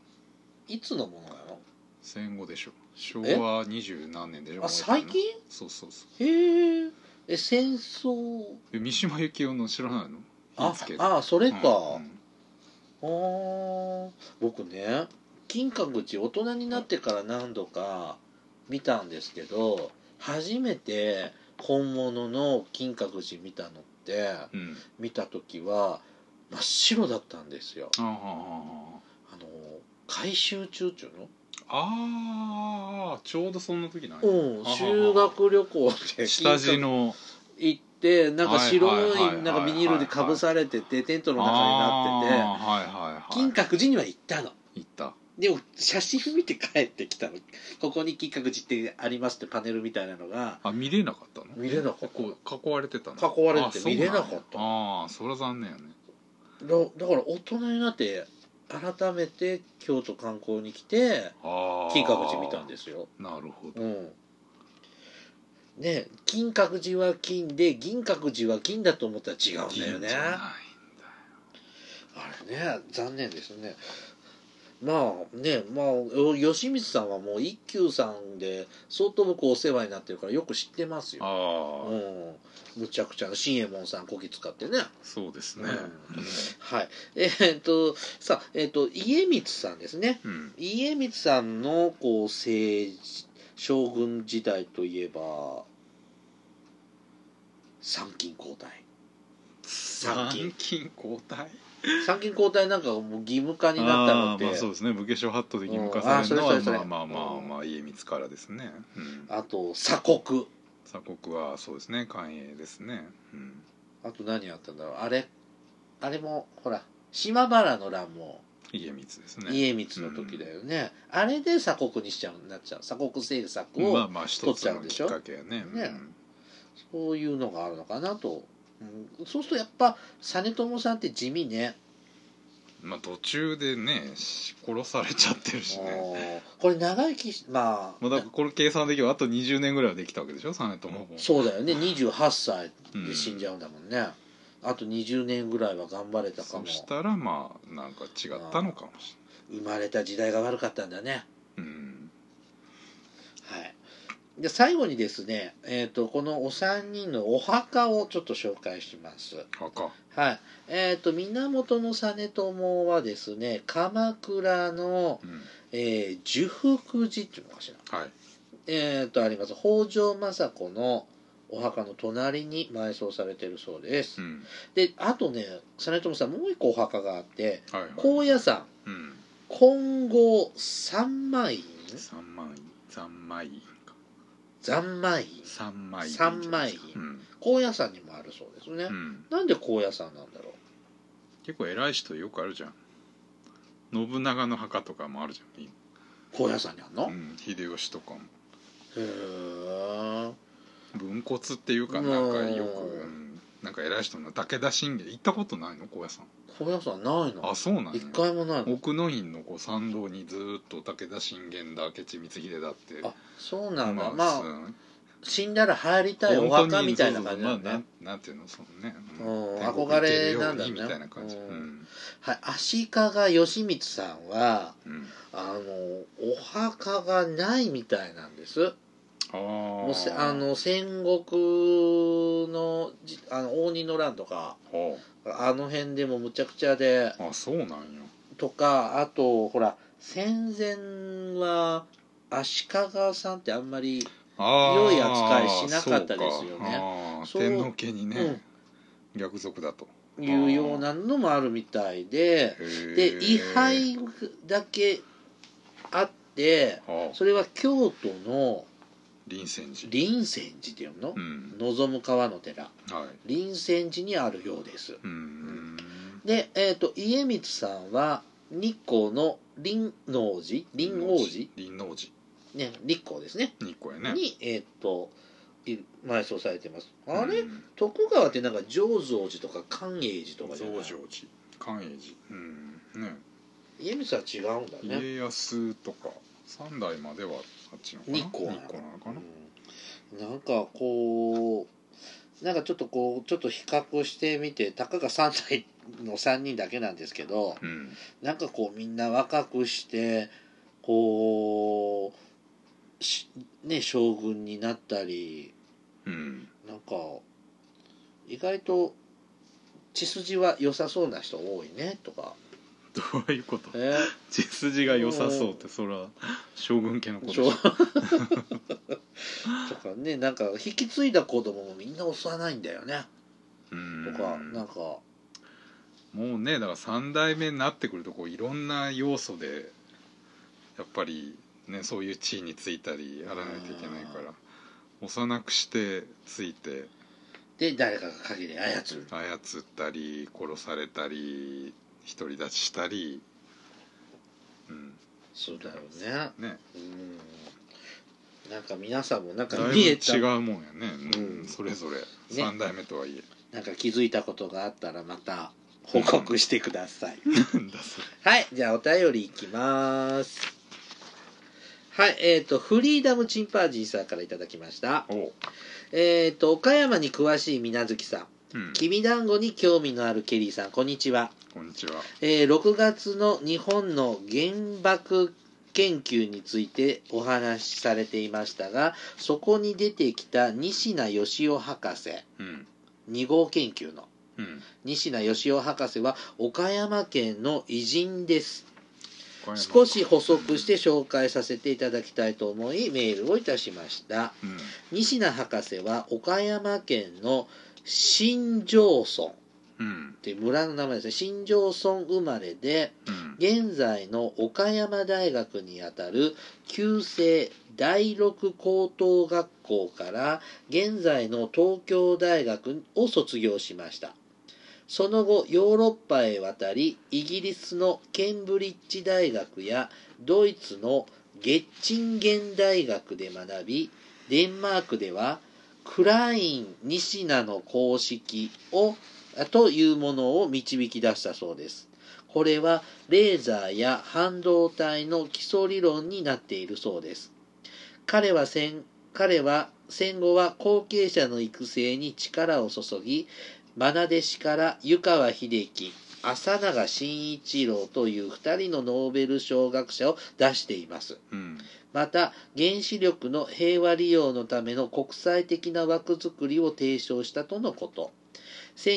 Speaker 1: いつのものなの
Speaker 2: 戦後でしょ昭
Speaker 1: え
Speaker 2: 和二十何年でしょ
Speaker 1: あ最近
Speaker 2: そうそうそう
Speaker 1: へええ戦争
Speaker 2: で三島由紀夫の知らないの
Speaker 1: あ
Speaker 2: 火つけて
Speaker 1: あそれか、
Speaker 2: うんうん
Speaker 1: あー僕ね金閣寺大人になってから何度か見たんですけど初めて本物の金閣寺見たのって
Speaker 2: うん
Speaker 1: 見た時は真っ白だったんですよ
Speaker 2: あーは
Speaker 1: あの改修中っていうの
Speaker 2: あはああーちょうどそんな時ない
Speaker 1: うん修学旅行で
Speaker 2: 下地の
Speaker 1: 行ってなんか白
Speaker 2: はいはいはいはい
Speaker 1: い
Speaker 2: はい
Speaker 1: なんかビニールでかぶされててテントの中になってて
Speaker 2: あーはいはいはい
Speaker 1: 金閣寺には行ったの
Speaker 2: 行った
Speaker 1: でも写真見て帰ってきたのここに金閣寺ってありますってパネルみたいなのが
Speaker 2: あ見れなかったの
Speaker 1: 見れなかった
Speaker 2: こう囲われてたの
Speaker 1: 囲われてて
Speaker 2: あそうなんや
Speaker 1: 見れなかった
Speaker 2: ああそれは残念やね
Speaker 1: だだから大人になって改めて京都観光に来て
Speaker 2: ああ
Speaker 1: 金閣寺見たんですよ
Speaker 2: なるほど
Speaker 1: うんね金閣寺は金で銀閣寺は金だと思ったら違うんだよ
Speaker 2: 銀
Speaker 1: ね
Speaker 2: じゃない
Speaker 1: あれね残念ですねまあねまあよ吉光さんはもう一休さんで相当僕お世話になってるからよく知ってますよ
Speaker 2: ああー、
Speaker 1: うん、むちゃくちゃな新右衛門さんこき使ってね
Speaker 2: そうですね
Speaker 1: はいえーっとさあえーっと家光さんですね
Speaker 2: うん、うん
Speaker 1: 家光さんのこう政治将軍時代といえば参勤交代参勤
Speaker 2: 参勤交代
Speaker 1: 参勤交代なんかもう義務化になったのって
Speaker 2: あー
Speaker 1: あ,、
Speaker 2: まあそうですね武家諸法度で義務化されるの
Speaker 1: う
Speaker 2: は
Speaker 1: んあーそれそれそれ
Speaker 2: まあまあまあまあ家光からですね、うん、
Speaker 1: と鎖国
Speaker 2: 鎖国はそうですね寛永ですね、うん、
Speaker 1: あと何あったんだろうあれあれもほら島原の乱も
Speaker 2: 家光ですね
Speaker 1: 家光の時だよね、あれで鎖国にしちゃうなっちゃう鎖国政策を、
Speaker 2: まあまあ一
Speaker 1: 取っ
Speaker 2: つ
Speaker 1: ちゃう
Speaker 2: の
Speaker 1: んでし
Speaker 2: き
Speaker 1: ょ
Speaker 2: っかけやね
Speaker 1: ねそういうのがあるのかなと、うん、そうするとやっぱ実朝さんって地味ね
Speaker 2: うん、まあ途中でねし殺されちゃってるしね
Speaker 1: おーこれ長生きしまあ、
Speaker 2: まあ、だからこれ計算できればあと20年ぐらいはできたわけでしょ実朝も
Speaker 1: そうだよね28歳で死んじ
Speaker 2: ゃ
Speaker 1: ゃうんだもんね、あと20年ぐらいは頑張れたかも
Speaker 2: そしたらまあなんか違ったのかもし
Speaker 1: 生まれた時代が悪かったんだね
Speaker 2: れない、うん、
Speaker 1: はいで最後にですね、えー、とこのお三人のお墓をちょっと紹介します
Speaker 2: 墓
Speaker 1: はい。えっ、と、源実朝はですね、鎌倉の、
Speaker 2: うん
Speaker 1: えー、寿福寺っていうのかしら。
Speaker 2: はい
Speaker 1: えっ、と、あります。北条政子のお墓の隣に埋葬されてるそうです。
Speaker 2: うん
Speaker 1: で、あとね、実朝さん、もう一個お墓があって、
Speaker 2: はいはい
Speaker 1: 高野山、
Speaker 2: うん
Speaker 1: 金剛三枚院
Speaker 2: 三枚三枚か
Speaker 1: 三枚院
Speaker 2: 三枚
Speaker 1: 三枚院
Speaker 2: うん、
Speaker 1: 高野山にもあるそうですね。
Speaker 2: うん、
Speaker 1: なんで高野山なんだろう
Speaker 2: 結構偉い人よくあるじゃん信長の墓とかもあるじゃ
Speaker 1: 高野山にあんの、
Speaker 2: ん、うん、秀吉とかも
Speaker 1: へー。
Speaker 2: 文骨っていうか
Speaker 1: うん
Speaker 2: なんかよく、うんなんか偉い人の武田信玄行ったことないの高野山
Speaker 1: 高野山ないの
Speaker 2: あそうなんや
Speaker 1: 一回もないの
Speaker 2: 奥の院のこう参道にずーっと武田信玄だ明智光秀だって
Speaker 1: あそうなんだまあ、
Speaker 2: うん
Speaker 1: 死んだら入りたいお
Speaker 2: 本当
Speaker 1: 墓
Speaker 2: に
Speaker 1: みたいな感じ
Speaker 2: そう
Speaker 1: な
Speaker 2: そ
Speaker 1: ん
Speaker 2: う
Speaker 1: だ
Speaker 2: ま
Speaker 1: ね
Speaker 2: あ、なんなんていうのそのね、
Speaker 1: うん
Speaker 2: 天国行ける
Speaker 1: 憧れ
Speaker 2: ように
Speaker 1: なんだね
Speaker 2: みたいな感じ、
Speaker 1: う
Speaker 2: うんん
Speaker 1: はい足利義満さんは
Speaker 2: うん、
Speaker 1: あのお墓がないみたいなんです
Speaker 2: あ
Speaker 1: もうせ
Speaker 2: ー
Speaker 1: あの戦国のじあの大仁の乱とか
Speaker 2: ほ
Speaker 1: あの辺でもむちゃくちゃで
Speaker 2: うあそうなんや
Speaker 1: とかあとほら戦前は足利さんってあんまり
Speaker 2: あー
Speaker 1: 良い扱いしなかったですよね
Speaker 2: そうかあー
Speaker 1: そう
Speaker 2: 天皇家にね、逆賊だと
Speaker 1: うん、いうようなのもあるみたいでで
Speaker 2: で
Speaker 1: 位牌だけあって
Speaker 2: ああ
Speaker 1: それは京都の
Speaker 2: 臨泉寺
Speaker 1: 臨泉寺っていうの、
Speaker 2: うん
Speaker 1: 望む川の寺
Speaker 2: はい
Speaker 1: 臨泉寺にあるようです
Speaker 2: うん
Speaker 1: で、えー、と家光さんは日光の林王寺林王寺、
Speaker 2: 林王寺
Speaker 1: ね、日光ですね
Speaker 2: 日光やね
Speaker 1: に、えー、とい埋葬されてますあれ、
Speaker 2: うん
Speaker 1: 徳川ってなんか浄蔵寺とか寛永寺とかじゃない
Speaker 2: 増上寺寛永寺うんね
Speaker 1: 家光さんは違うんだね
Speaker 2: 家康とか三代まではあっちのかな
Speaker 1: 日光な
Speaker 2: な
Speaker 1: の
Speaker 2: のかな
Speaker 1: うんなんかこうなんかちょっとこうちょっと比較してみてたかが3代の3人だけなんですけど
Speaker 2: うん
Speaker 1: なんかこうみんな若くしてこうしね将軍になったり
Speaker 2: うん
Speaker 1: なんか意外と血筋は良さそうな人多いねとか、
Speaker 2: どういうこと
Speaker 1: え
Speaker 2: 血筋が良さそうってそら将軍家の子
Speaker 1: ー、
Speaker 2: でし
Speaker 1: そう
Speaker 2: ょ
Speaker 1: とかねなんか引き継いだ子供もみんな幼いんだよね
Speaker 2: うん
Speaker 1: とかなんか
Speaker 2: もうねだから三代目になってくるとこういろんな要素でやっぱりねそういう地位についたりやらないといけないから幼くしてついて
Speaker 1: で誰かが陰で操る
Speaker 2: 操ったり殺されたり独り立ちしたり、うん、
Speaker 1: そうだよね
Speaker 2: ね
Speaker 1: うんなんか皆さんもなんか
Speaker 2: だいぶ
Speaker 1: 見え
Speaker 2: 違
Speaker 1: た
Speaker 2: うもんやね、うん
Speaker 1: うん
Speaker 2: それぞれ三代目とはいえ、
Speaker 1: なんか気づいたことがあったらまた報告してください。
Speaker 2: なんだそれ
Speaker 1: はい、じゃあお便りいきます。はい、えっ、と、フリーダムチンパージーさんからいただきました。
Speaker 2: おう、
Speaker 1: えっ、と、岡山に詳しいみなずきさん、
Speaker 2: うん、
Speaker 1: きびだんごに興味のあるケリーさん、こんにちは。
Speaker 2: こんにちは
Speaker 1: えー6月の日本の原爆研究についてお話しされていましたが、そこに出てきた西名義雄博士、
Speaker 2: うん
Speaker 1: 2号研究の。
Speaker 2: うん
Speaker 1: 西名義雄博士は岡山県の偉人です
Speaker 2: 小山
Speaker 1: 少し補足して紹介させていただきたいと思いメールをいたしました
Speaker 2: うん
Speaker 1: 西名博士は岡山県の新庄村っ
Speaker 2: うん
Speaker 1: ていう村の名前ですね新庄村生まれで
Speaker 2: うん
Speaker 1: 現在の岡山大学にあたる旧制第六高等学校から現在の東京大学を卒業しましたその後ヨーロッパへ渡りイギリスのケンブリッジ大学やドイツのゲッチンゲン大学で学びデンマークではクライン・ニシナの公式をというものを導き出したそうですこれはレーザーや半導体の基礎理論になっているそうです彼は戦彼は戦後は後継者の育成に力を注ぎ愛弟子から湯川秀樹浅永慎一郎という2人のノーベル賞学者を出しています
Speaker 2: うん
Speaker 1: また原子力の平和利用のための国際的な枠作りを提唱したとのこと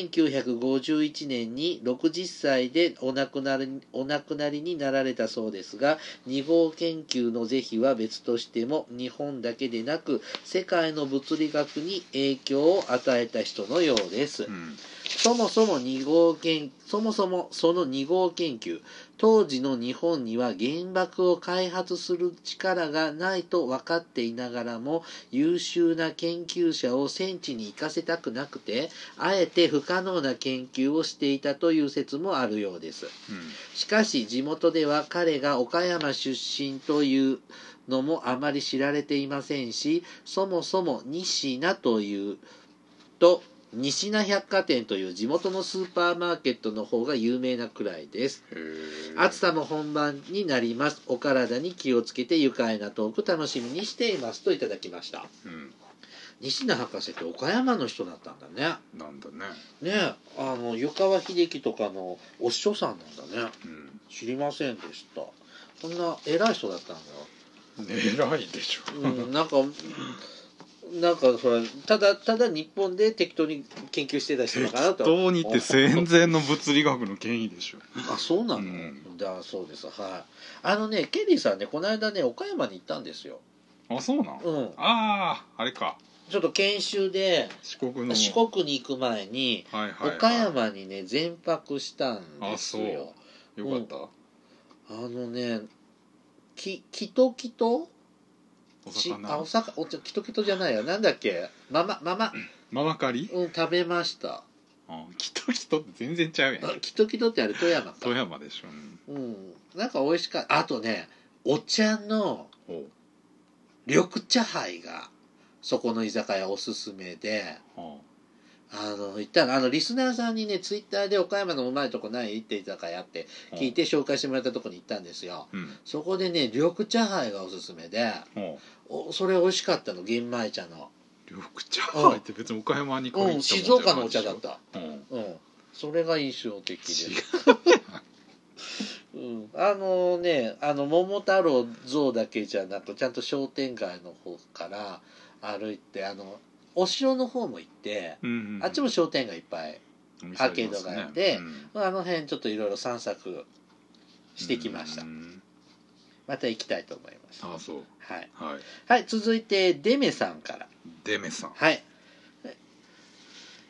Speaker 1: 1951年に60歳でお亡くなりお亡くなりになられたそうですが2号研究の是非は別としても日本だけでなく世界の物理学に影響を与えた人のようです、
Speaker 2: うん
Speaker 1: そもそも2号研そもそもその2号研究当時の日本には原爆を開発する力がないと分かっていながらも優秀な研究者を戦地に行かせたくなくてあえて不可能な研究をしていたという説もあるようです
Speaker 2: うん
Speaker 1: しかし地元では彼が岡山出身というのもあまり知られていませんしそもそも西名というと西名百貨店という地元のスーパーマーケットの方が有名なくらいです暑さも本番になりますお体に気をつけて愉快なトーク楽しみにしていますといただきました
Speaker 2: うん
Speaker 1: 西名博士って岡山の人だったんだね
Speaker 2: なんだね
Speaker 1: ねえあの湯川秀樹とかのお師匠さんなんだね
Speaker 2: うん
Speaker 1: 知りませんでしたこんな偉い人だったんだ
Speaker 2: 偉いでしょ
Speaker 1: うん、なんかなんかそれただただ日本で適当に研究してた人だ
Speaker 2: 適
Speaker 1: かなと
Speaker 2: 当にって戦前の物理学の権威でしょ
Speaker 1: あそうなの、
Speaker 2: うん
Speaker 1: だそうですはいあのねケリーさんねこの間ね岡山に行ったんですよ、
Speaker 2: あそうなん
Speaker 1: うん、
Speaker 2: あああれか
Speaker 1: ちょっと研修で
Speaker 2: 四国の
Speaker 1: 四国に行く前に
Speaker 2: はいはい、はい、
Speaker 1: 岡山にね全泊したんです
Speaker 2: あ
Speaker 1: よ
Speaker 2: そよかった、
Speaker 1: あのねきキトキト
Speaker 2: お
Speaker 1: ち
Speaker 2: 魚
Speaker 1: あおさかおちょキトキトじゃないやなんだっけママママ
Speaker 2: ママカリ
Speaker 1: うん食べました
Speaker 2: あきっと人って全然ちゃうやん
Speaker 1: あキトキトってあれ富山か
Speaker 2: 富山でしょ、うん
Speaker 1: うんなんか美味しかったあとねお茶の
Speaker 2: おう
Speaker 1: 緑茶杯がそこの居酒屋おすすめで
Speaker 2: あ
Speaker 1: あの行ったのあのリスナーさんにねツイッターで岡山のうまいとこないって居酒屋って
Speaker 2: あ
Speaker 1: 聞いて紹介してもらったとこに行ったんですよ
Speaker 2: うん
Speaker 1: そこでね緑茶杯がおすすめで
Speaker 2: おう
Speaker 1: おそれ美味しかったの玄米茶の
Speaker 2: 緑茶入って別に岡山に
Speaker 1: うん静岡のお茶だっ、た
Speaker 2: うん、
Speaker 1: うんそれが印象的で
Speaker 2: 違
Speaker 1: うん、あのねあの桃太郎像だけじゃなくちゃんと商店街の方から歩いてあのお城の方も行って
Speaker 2: う、うんうん、
Speaker 1: あっちも商店街いっぱいアーケードがあってあの辺ちょっといろいろ散策してきました、
Speaker 2: うん
Speaker 1: また行きたいと思います
Speaker 2: あそう
Speaker 1: はい、
Speaker 2: はい
Speaker 1: はい、続いてデメさんから
Speaker 2: デメさん
Speaker 1: はい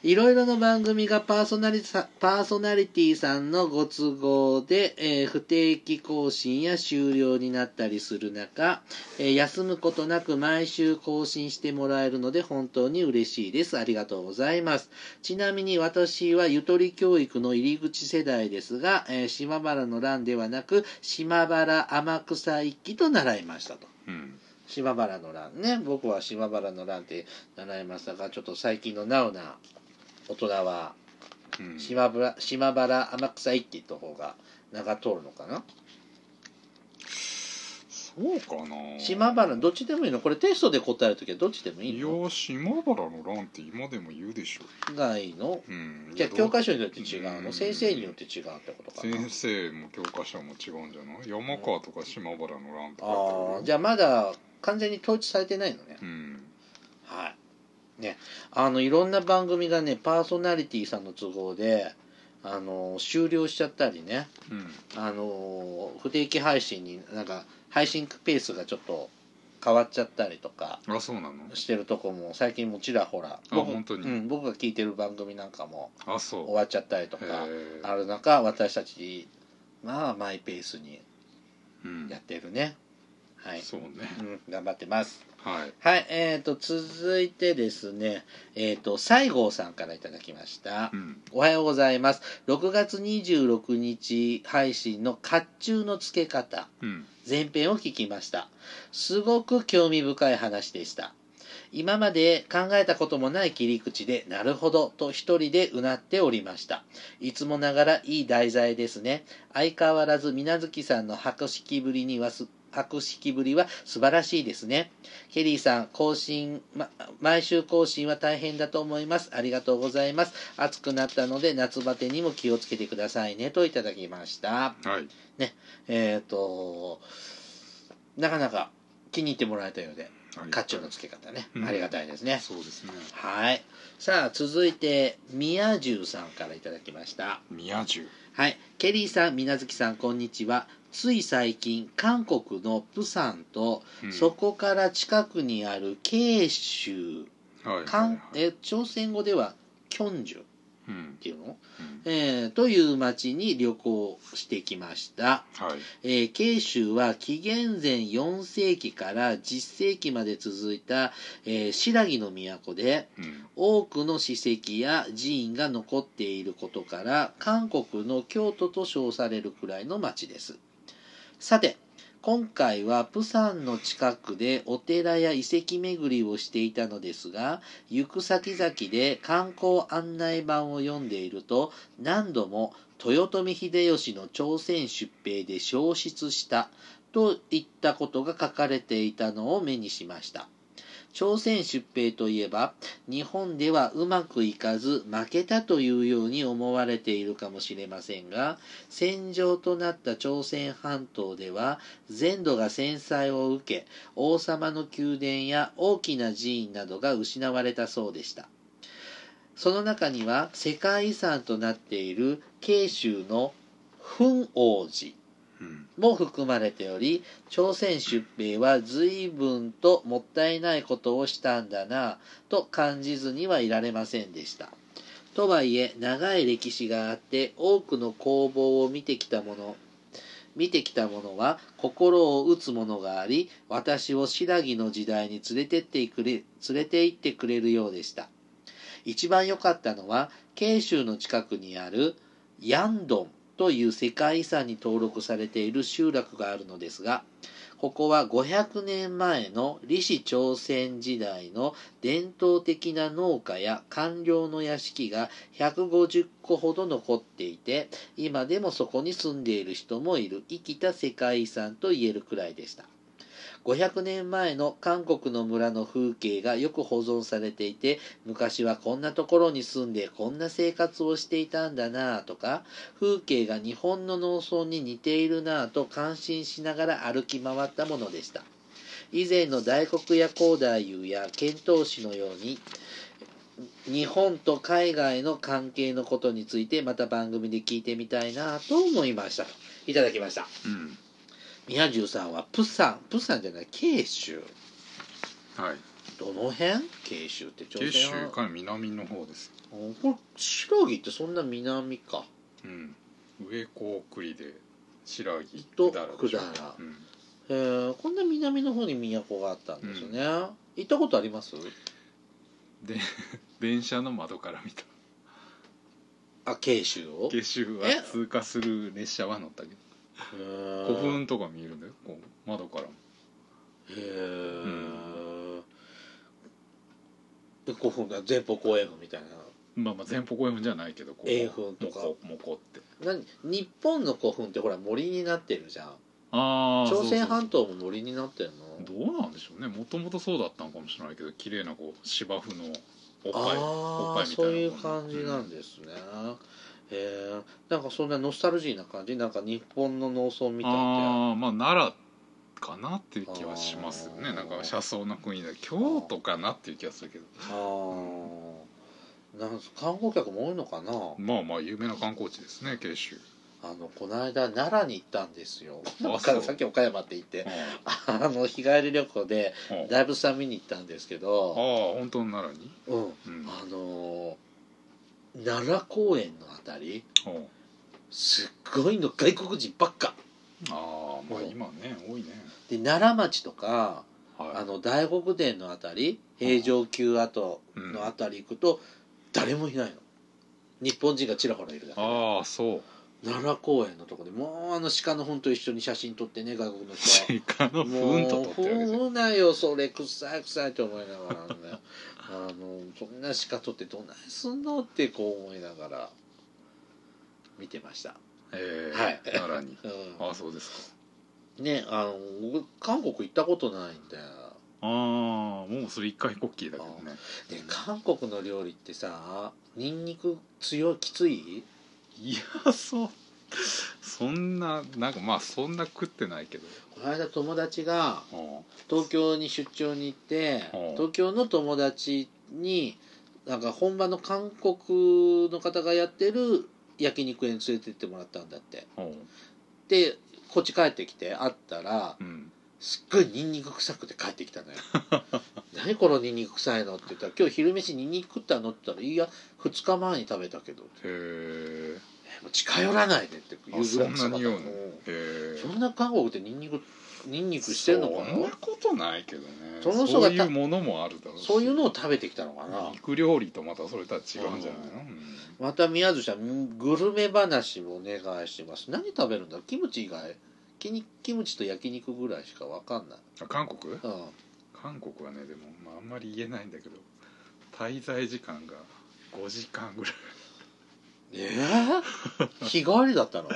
Speaker 1: いろいろの番組がパーソナリさパーソナリティさんのご都合で、えー不定期更新や終了になったりする中、えー休むことなく毎週更新してもらえるので本当に嬉しいです。ありがとうございます。ちなみに私はゆとり教育の入り口世代ですが、えー島原の乱ではなく島原天草一揆と習いましたと。
Speaker 2: うん
Speaker 1: 島原の乱ね僕は島原の乱って習いましたがちょっと最近のナウな大人は
Speaker 2: うん
Speaker 1: 島原島原天草一揆の方が名が通るのかな
Speaker 2: そうかな
Speaker 1: 島原どっちでもいいのこれテストで答える時はどっちでもい
Speaker 2: い
Speaker 1: い
Speaker 2: や
Speaker 1: の
Speaker 2: 島原の乱って今でも言うでしょ、
Speaker 1: がいいの
Speaker 2: うん、
Speaker 1: じゃあ教科書によって違う
Speaker 2: う
Speaker 1: の
Speaker 2: ん
Speaker 1: 先生によって違うってことかな
Speaker 2: 先生も教科書も違うんじゃない山川とか島原の乱とか
Speaker 1: ああじ
Speaker 2: ゃ
Speaker 1: ゃあまだ完全に統一されてないのね
Speaker 2: うん
Speaker 1: はい。ね、あのいろんな番組がねパーソナリティさんの都合であの終了しちゃったりね
Speaker 2: うん
Speaker 1: あの不定期配信になんか配信ペースがちょっと変わっちゃったりとか
Speaker 2: あそうなの
Speaker 1: してるとこも最近もちらほら
Speaker 2: あ
Speaker 1: 僕
Speaker 2: 本当に
Speaker 1: うん、僕が聞いてる番組なんかも
Speaker 2: あ
Speaker 1: 終
Speaker 2: そ
Speaker 1: わっちゃったりと
Speaker 2: うへ
Speaker 1: か
Speaker 2: え
Speaker 1: ある中私たちまあマイペースに
Speaker 2: うん
Speaker 1: やってるねはい、
Speaker 2: そうね
Speaker 1: うん、頑張ってます
Speaker 2: はい
Speaker 1: はい、えー、と続いてですね、えー、と西郷さんからいただきました
Speaker 2: うん
Speaker 1: おはようございます6月26日配信の甲冑の付け方
Speaker 2: うん
Speaker 1: 前編を聞きましたすごく興味深い話でした今まで考えたこともない切り口でなるほどと一人でうなっておりましたいつもながらいい題材ですね相変わらず水月さんの博識ぶりにはす博識ぶりは素晴らしいですねケリーさん更新、ま、毎週更新は大変だと思いますありがとうございます暑くなったので夏バテにも気をつけてくださいねといただきました
Speaker 2: はい
Speaker 1: えっ、となかなか気に入ってもらえたようで
Speaker 2: カ
Speaker 1: カッチョの付け方ね、
Speaker 2: うん
Speaker 1: ありがたいですね
Speaker 2: そうですね
Speaker 1: はいさあ続いて宮中さんからいただきました
Speaker 2: 宮中
Speaker 1: はいケリーさん水月さんこんにちはつい最近韓国のプサンと、
Speaker 2: うん
Speaker 1: そこから近くにある慶州
Speaker 2: はいはい
Speaker 1: 韓
Speaker 2: はい
Speaker 1: え朝鮮語ではキョンジュっ
Speaker 2: うん
Speaker 1: ていうの、
Speaker 2: うん
Speaker 1: えーという町に旅行してきました
Speaker 2: は
Speaker 1: え
Speaker 2: い
Speaker 1: ー慶州は紀元前4世紀から10世紀まで続いた、えー新羅の都で
Speaker 2: うん
Speaker 1: 多くの史跡や寺院が残っていることから韓国の京都と称されるくらいの町ですさて今回はプサンの近くでお寺や遺跡巡りをしていたのですが行く先々で観光案内板を読んでいると何度も豊臣秀吉の朝鮮出兵で焼失したといったことが書かれていたのを目にしました朝鮮出兵といえば日本ではうまくいかず負けたというように思われているかもしれませんが戦場となった朝鮮半島では全土が戦災を受け王様の宮殿や大きな寺院などが失われたそうでしたその中には世界遺産となっている慶州の奮王寺
Speaker 2: うん
Speaker 1: も含まれており朝鮮出兵は随分ともったいないことをしたんだなぁと感じずにはいられませんでしたとはいえ長い歴史があって多くの工房を見てきたもの見てきたものは心を打つものがあり私を白木の時代に連れてってくれ連れて行ってくれるようでした一番良かったのは慶州の近くにあるヤンドンという世界遺産に登録されている集落があるのですがここは500年前の李氏朝鮮時代の伝統的な農家や官僚の屋敷が150個ほど残っていて今でもそこに住んでいる人もいる生きた世界遺産と言えるくらいでした500年前の韓国の村の風景がよく保存されていて昔はこんなところに住んでこんな生活をしていたんだなぁとか風景が日本の農村に似ているなぁと感心しながら歩き回ったものでした以前の大黒や高大夫や遣唐使のように日本と海外の関係のことについてまた番組で聞いてみたいなぁと思いましたといただきました
Speaker 2: うん
Speaker 1: 宮中さんはプサンプサンじゃない慶州
Speaker 2: はい
Speaker 1: どの辺慶州って朝
Speaker 2: 九州
Speaker 1: 鮮
Speaker 2: から南の方です
Speaker 1: うんこれ白木ってそんな南か
Speaker 2: うん上高栗で白木
Speaker 1: と
Speaker 2: でしょ
Speaker 1: 百済
Speaker 2: うん、
Speaker 1: へえこんな南の方に都があったんですね、行ったことあります
Speaker 2: で電車の窓から見た
Speaker 1: あ慶州をへ
Speaker 2: 下州は
Speaker 1: え
Speaker 2: 通過する列車は乗ったけど
Speaker 1: え
Speaker 2: 古墳とか見えるんだよこう窓からも
Speaker 1: へえ、で古墳だ前方後円墳みたいな
Speaker 2: まあまあ前方後円墳じゃないけどこう
Speaker 1: 円墳とか
Speaker 2: もこもこって
Speaker 1: 何日本の古墳ってほら森になってるじゃん
Speaker 2: ああ
Speaker 1: 朝鮮半
Speaker 2: 島
Speaker 1: 島も森になってるの
Speaker 2: どうなんでしょうねもともとそうだったのかもしれないけど綺麗なこう芝生のおっぱいおっ
Speaker 1: あ
Speaker 2: ぱ
Speaker 1: あ
Speaker 2: いみた
Speaker 1: そ
Speaker 2: いうな
Speaker 1: いう感じなんですね、へえなんかそんなノスタルジーな感じなんか日本の農村みたいな
Speaker 2: ああまあ奈良かなっていう気はしますよ
Speaker 1: あ
Speaker 2: ね
Speaker 1: ー
Speaker 2: なんか車窓の国だ京都かなっていう気がするけど
Speaker 1: あーなんす観光客も多いのかな、
Speaker 2: まあまあ有名な観光地ですね慶州
Speaker 1: あのこの間奈良に行ったんですよ
Speaker 2: あ
Speaker 1: さ
Speaker 2: そう
Speaker 1: っき岡山って言って
Speaker 2: あ
Speaker 1: あの日帰り旅行で
Speaker 2: ああ
Speaker 1: 大仏さん見に行ったんですけ
Speaker 2: あ
Speaker 1: ど、
Speaker 2: 本当の奈良に
Speaker 1: うん
Speaker 2: うん
Speaker 1: あのー奈良公園のあたり
Speaker 2: あ
Speaker 1: すっごいの外国人ばっか
Speaker 2: ああまあ今ね多いね
Speaker 1: で奈良町とかあ
Speaker 2: は
Speaker 1: の大黒殿のあたり平城宮跡のあたり行くと誰もいないの日本人がちらほらいるだ
Speaker 2: い
Speaker 1: けで
Speaker 2: ああそう
Speaker 1: 奈良公園のとこでもうあの鹿の糞と一緒に写真撮ってね外国の人は
Speaker 2: シカの ふ
Speaker 1: も
Speaker 2: ん
Speaker 1: う
Speaker 2: と取ってるわけですよ
Speaker 1: ふんなよそれ臭い臭いと思いながらねあのそんな鹿取ってどないすんのってこう思いながら見てました、
Speaker 2: えー
Speaker 1: はい
Speaker 2: 奈良に
Speaker 1: う
Speaker 2: ああそうですか
Speaker 1: ん、ねあの僕韓国行ったことないんで
Speaker 2: ああもうそれ一回コッキーだけどね
Speaker 1: で韓国の料理ってさニンニク強いきつい
Speaker 2: いやそうそんななんかまあそんな食ってないけど
Speaker 1: この間友達が
Speaker 2: あ
Speaker 1: 東京に出張に行って
Speaker 2: うん
Speaker 1: 東京の友達になんか本場の韓国の方がやってる焼肉屋に連れてってもらったんだって
Speaker 2: あ
Speaker 1: でこっち帰ってきて会ったら
Speaker 2: うん
Speaker 1: すっごいニンニク臭くて帰ってきた のよ何このニンニク臭いのって言ったら「今日昼飯ニンニク食ったの?」って言ったら「いや2日前に食べたけど
Speaker 2: へえ
Speaker 1: えもう近寄らないで」って言うぐらい臭かった
Speaker 2: あそんな匂いなの
Speaker 1: うん
Speaker 2: へえ
Speaker 1: そんな韓国ってニンニクニンニクしてんのか
Speaker 2: そんな
Speaker 1: な
Speaker 2: ことないけどね
Speaker 1: そ
Speaker 2: そ
Speaker 1: の人が
Speaker 2: ういうものもあるだろうし
Speaker 1: そういうのを食べてきたのかな
Speaker 2: 肉料理とまたそれとは違うんじゃないの
Speaker 1: また宮津さんグルメ話もお願いします何食べるんだキムチ以外キニキムチと焼肉ぐらいしか分かんない、
Speaker 2: あ韓国
Speaker 1: うん、
Speaker 2: 韓国はねでも、まあ、あんまり言えないんだけど滞在時間が5時間ぐらい
Speaker 1: え ー日替わりだったの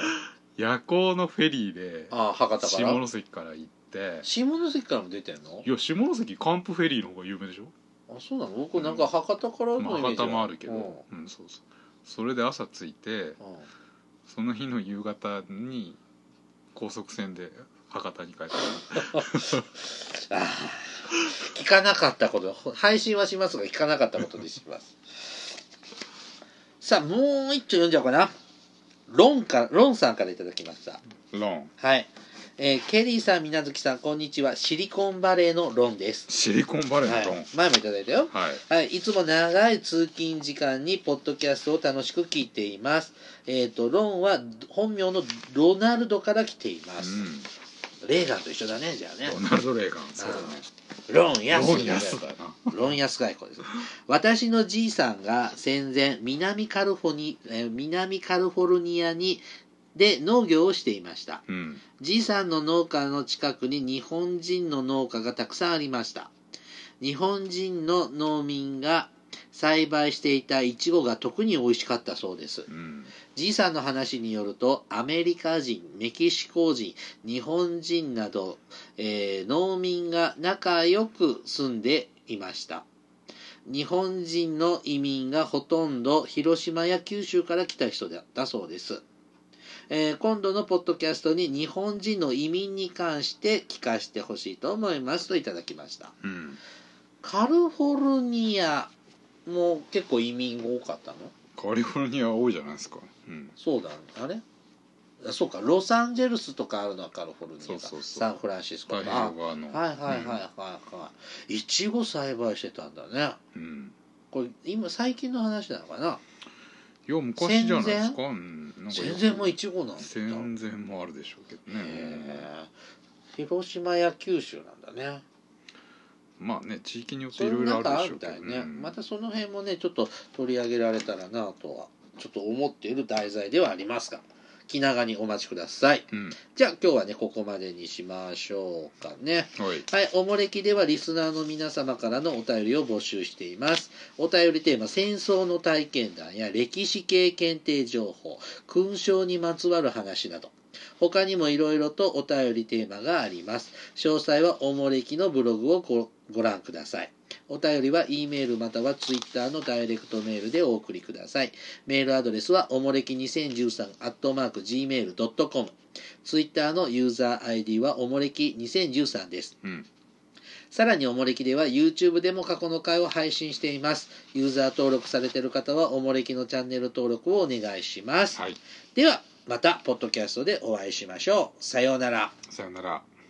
Speaker 2: 夜行のフェリーで
Speaker 1: ああ博多から
Speaker 2: 下関から行って
Speaker 1: 下関からも出てんの
Speaker 2: いや下関還付フェリーの方が有名でしょ
Speaker 1: あそうなの僕なんか博多から
Speaker 2: ま
Speaker 1: の
Speaker 2: あ
Speaker 1: イメー
Speaker 2: 博
Speaker 1: ジだ
Speaker 2: 多もあるけど、うんそうそうそれで朝着いて
Speaker 1: うんうん
Speaker 2: その日の夕方に高速船で博多に帰って
Speaker 1: ああ聞かなかったこと配信はしますが聞かなかったことにしますさあもう一丁読んじゃおうかなロンかロンさんからいただきました
Speaker 2: ロン
Speaker 1: はい、えーケリーさん水無月さんこんにちはシリコンバレーのロンです、
Speaker 2: シリコンバレ
Speaker 1: は
Speaker 2: ー
Speaker 1: い
Speaker 2: のロン、
Speaker 1: 前もいただいたよ
Speaker 2: はい
Speaker 1: はい、いつも長い通勤時間にポッドキャストを楽しく聞いています。えっ、と、ロンは本名のロナルドから来ています。レーガンと一緒だね、じゃあね
Speaker 2: う。ん、ロナルド・レーガンそうだね
Speaker 1: ロン安
Speaker 2: ロ
Speaker 1: い
Speaker 2: ン安だな
Speaker 1: ロン安外交です。私のじいさんが戦前、南カルフォニ、えー南カルフォルニアに、で農業をしていました。
Speaker 2: うん
Speaker 1: じいさんの農家の近くに日本人の農家がたくさんありました日本人の農民が栽培していたイチゴが特に美味しかったそうです
Speaker 2: うん
Speaker 1: じいさんの話によるとアメリカ人メキシコ人日本人など、えー農民が仲良く住んでいました日本人の移民がほとんど広島や九州から来た人だったそうです、えー今度のポッドキャストに日本人の移民に関して聞かせてほしいと思いますといただきました
Speaker 2: うん
Speaker 1: カルフォルニアも結構移民が多かったの
Speaker 2: カリフォルニアは多いじゃないですか、うん、
Speaker 1: そうだあれあそうかロサンゼルスとかあるのはカリフォルニア
Speaker 2: そう
Speaker 1: か
Speaker 2: そうそう
Speaker 1: サンフランシスコ
Speaker 2: 太
Speaker 1: かあ
Speaker 2: 平洋側
Speaker 1: は
Speaker 2: の
Speaker 1: いはいはいはいはいいちご栽培してたんだね
Speaker 2: うん、
Speaker 1: これ今最近の話なのかない
Speaker 2: や昔じゃないですか,、うん、なんかよ
Speaker 1: 戦
Speaker 2: く
Speaker 1: 前もいちごなんだ
Speaker 2: 戦前もあるでしょうけど
Speaker 1: へ
Speaker 2: ね、
Speaker 1: え広島や九州なんだね
Speaker 2: まん、まあね地域によって
Speaker 1: そ
Speaker 2: いろいろあ
Speaker 1: なん
Speaker 2: るで
Speaker 1: かあ
Speaker 2: しょ
Speaker 1: るみた
Speaker 2: うけど
Speaker 1: いね、
Speaker 2: うん
Speaker 1: またその辺もねちょっと取り上げられたらなとはちょっと思っている題材ではありますが気長にお待ちください
Speaker 2: うん
Speaker 1: じゃあ今日はねここまでにしましょうかね
Speaker 2: はい
Speaker 1: はい、おもれきではリスナーの皆様からのお便りを募集しています。お便りテーマ、戦争の体験談や歴史系検定情報、勲章にまつわる話など、他にもいろいろとお便りテーマがあります。詳細はおもれきのブログをごご覧ください。お便りは E メールまたは Twitter のダイレクトメールでお送りください。メールアドレスはおもれき2013 gmail.com。Twitter のユーザー ID はおもれき2013です。
Speaker 2: うん
Speaker 1: さらにおもれきでは YouTube でも過去の回を配信しています。ユーザー登録されている方はおもれきのチャンネル登録をお願いします。
Speaker 2: はい
Speaker 1: では、またポッドキャストでお会いしましょう。さようなら。
Speaker 2: さよなら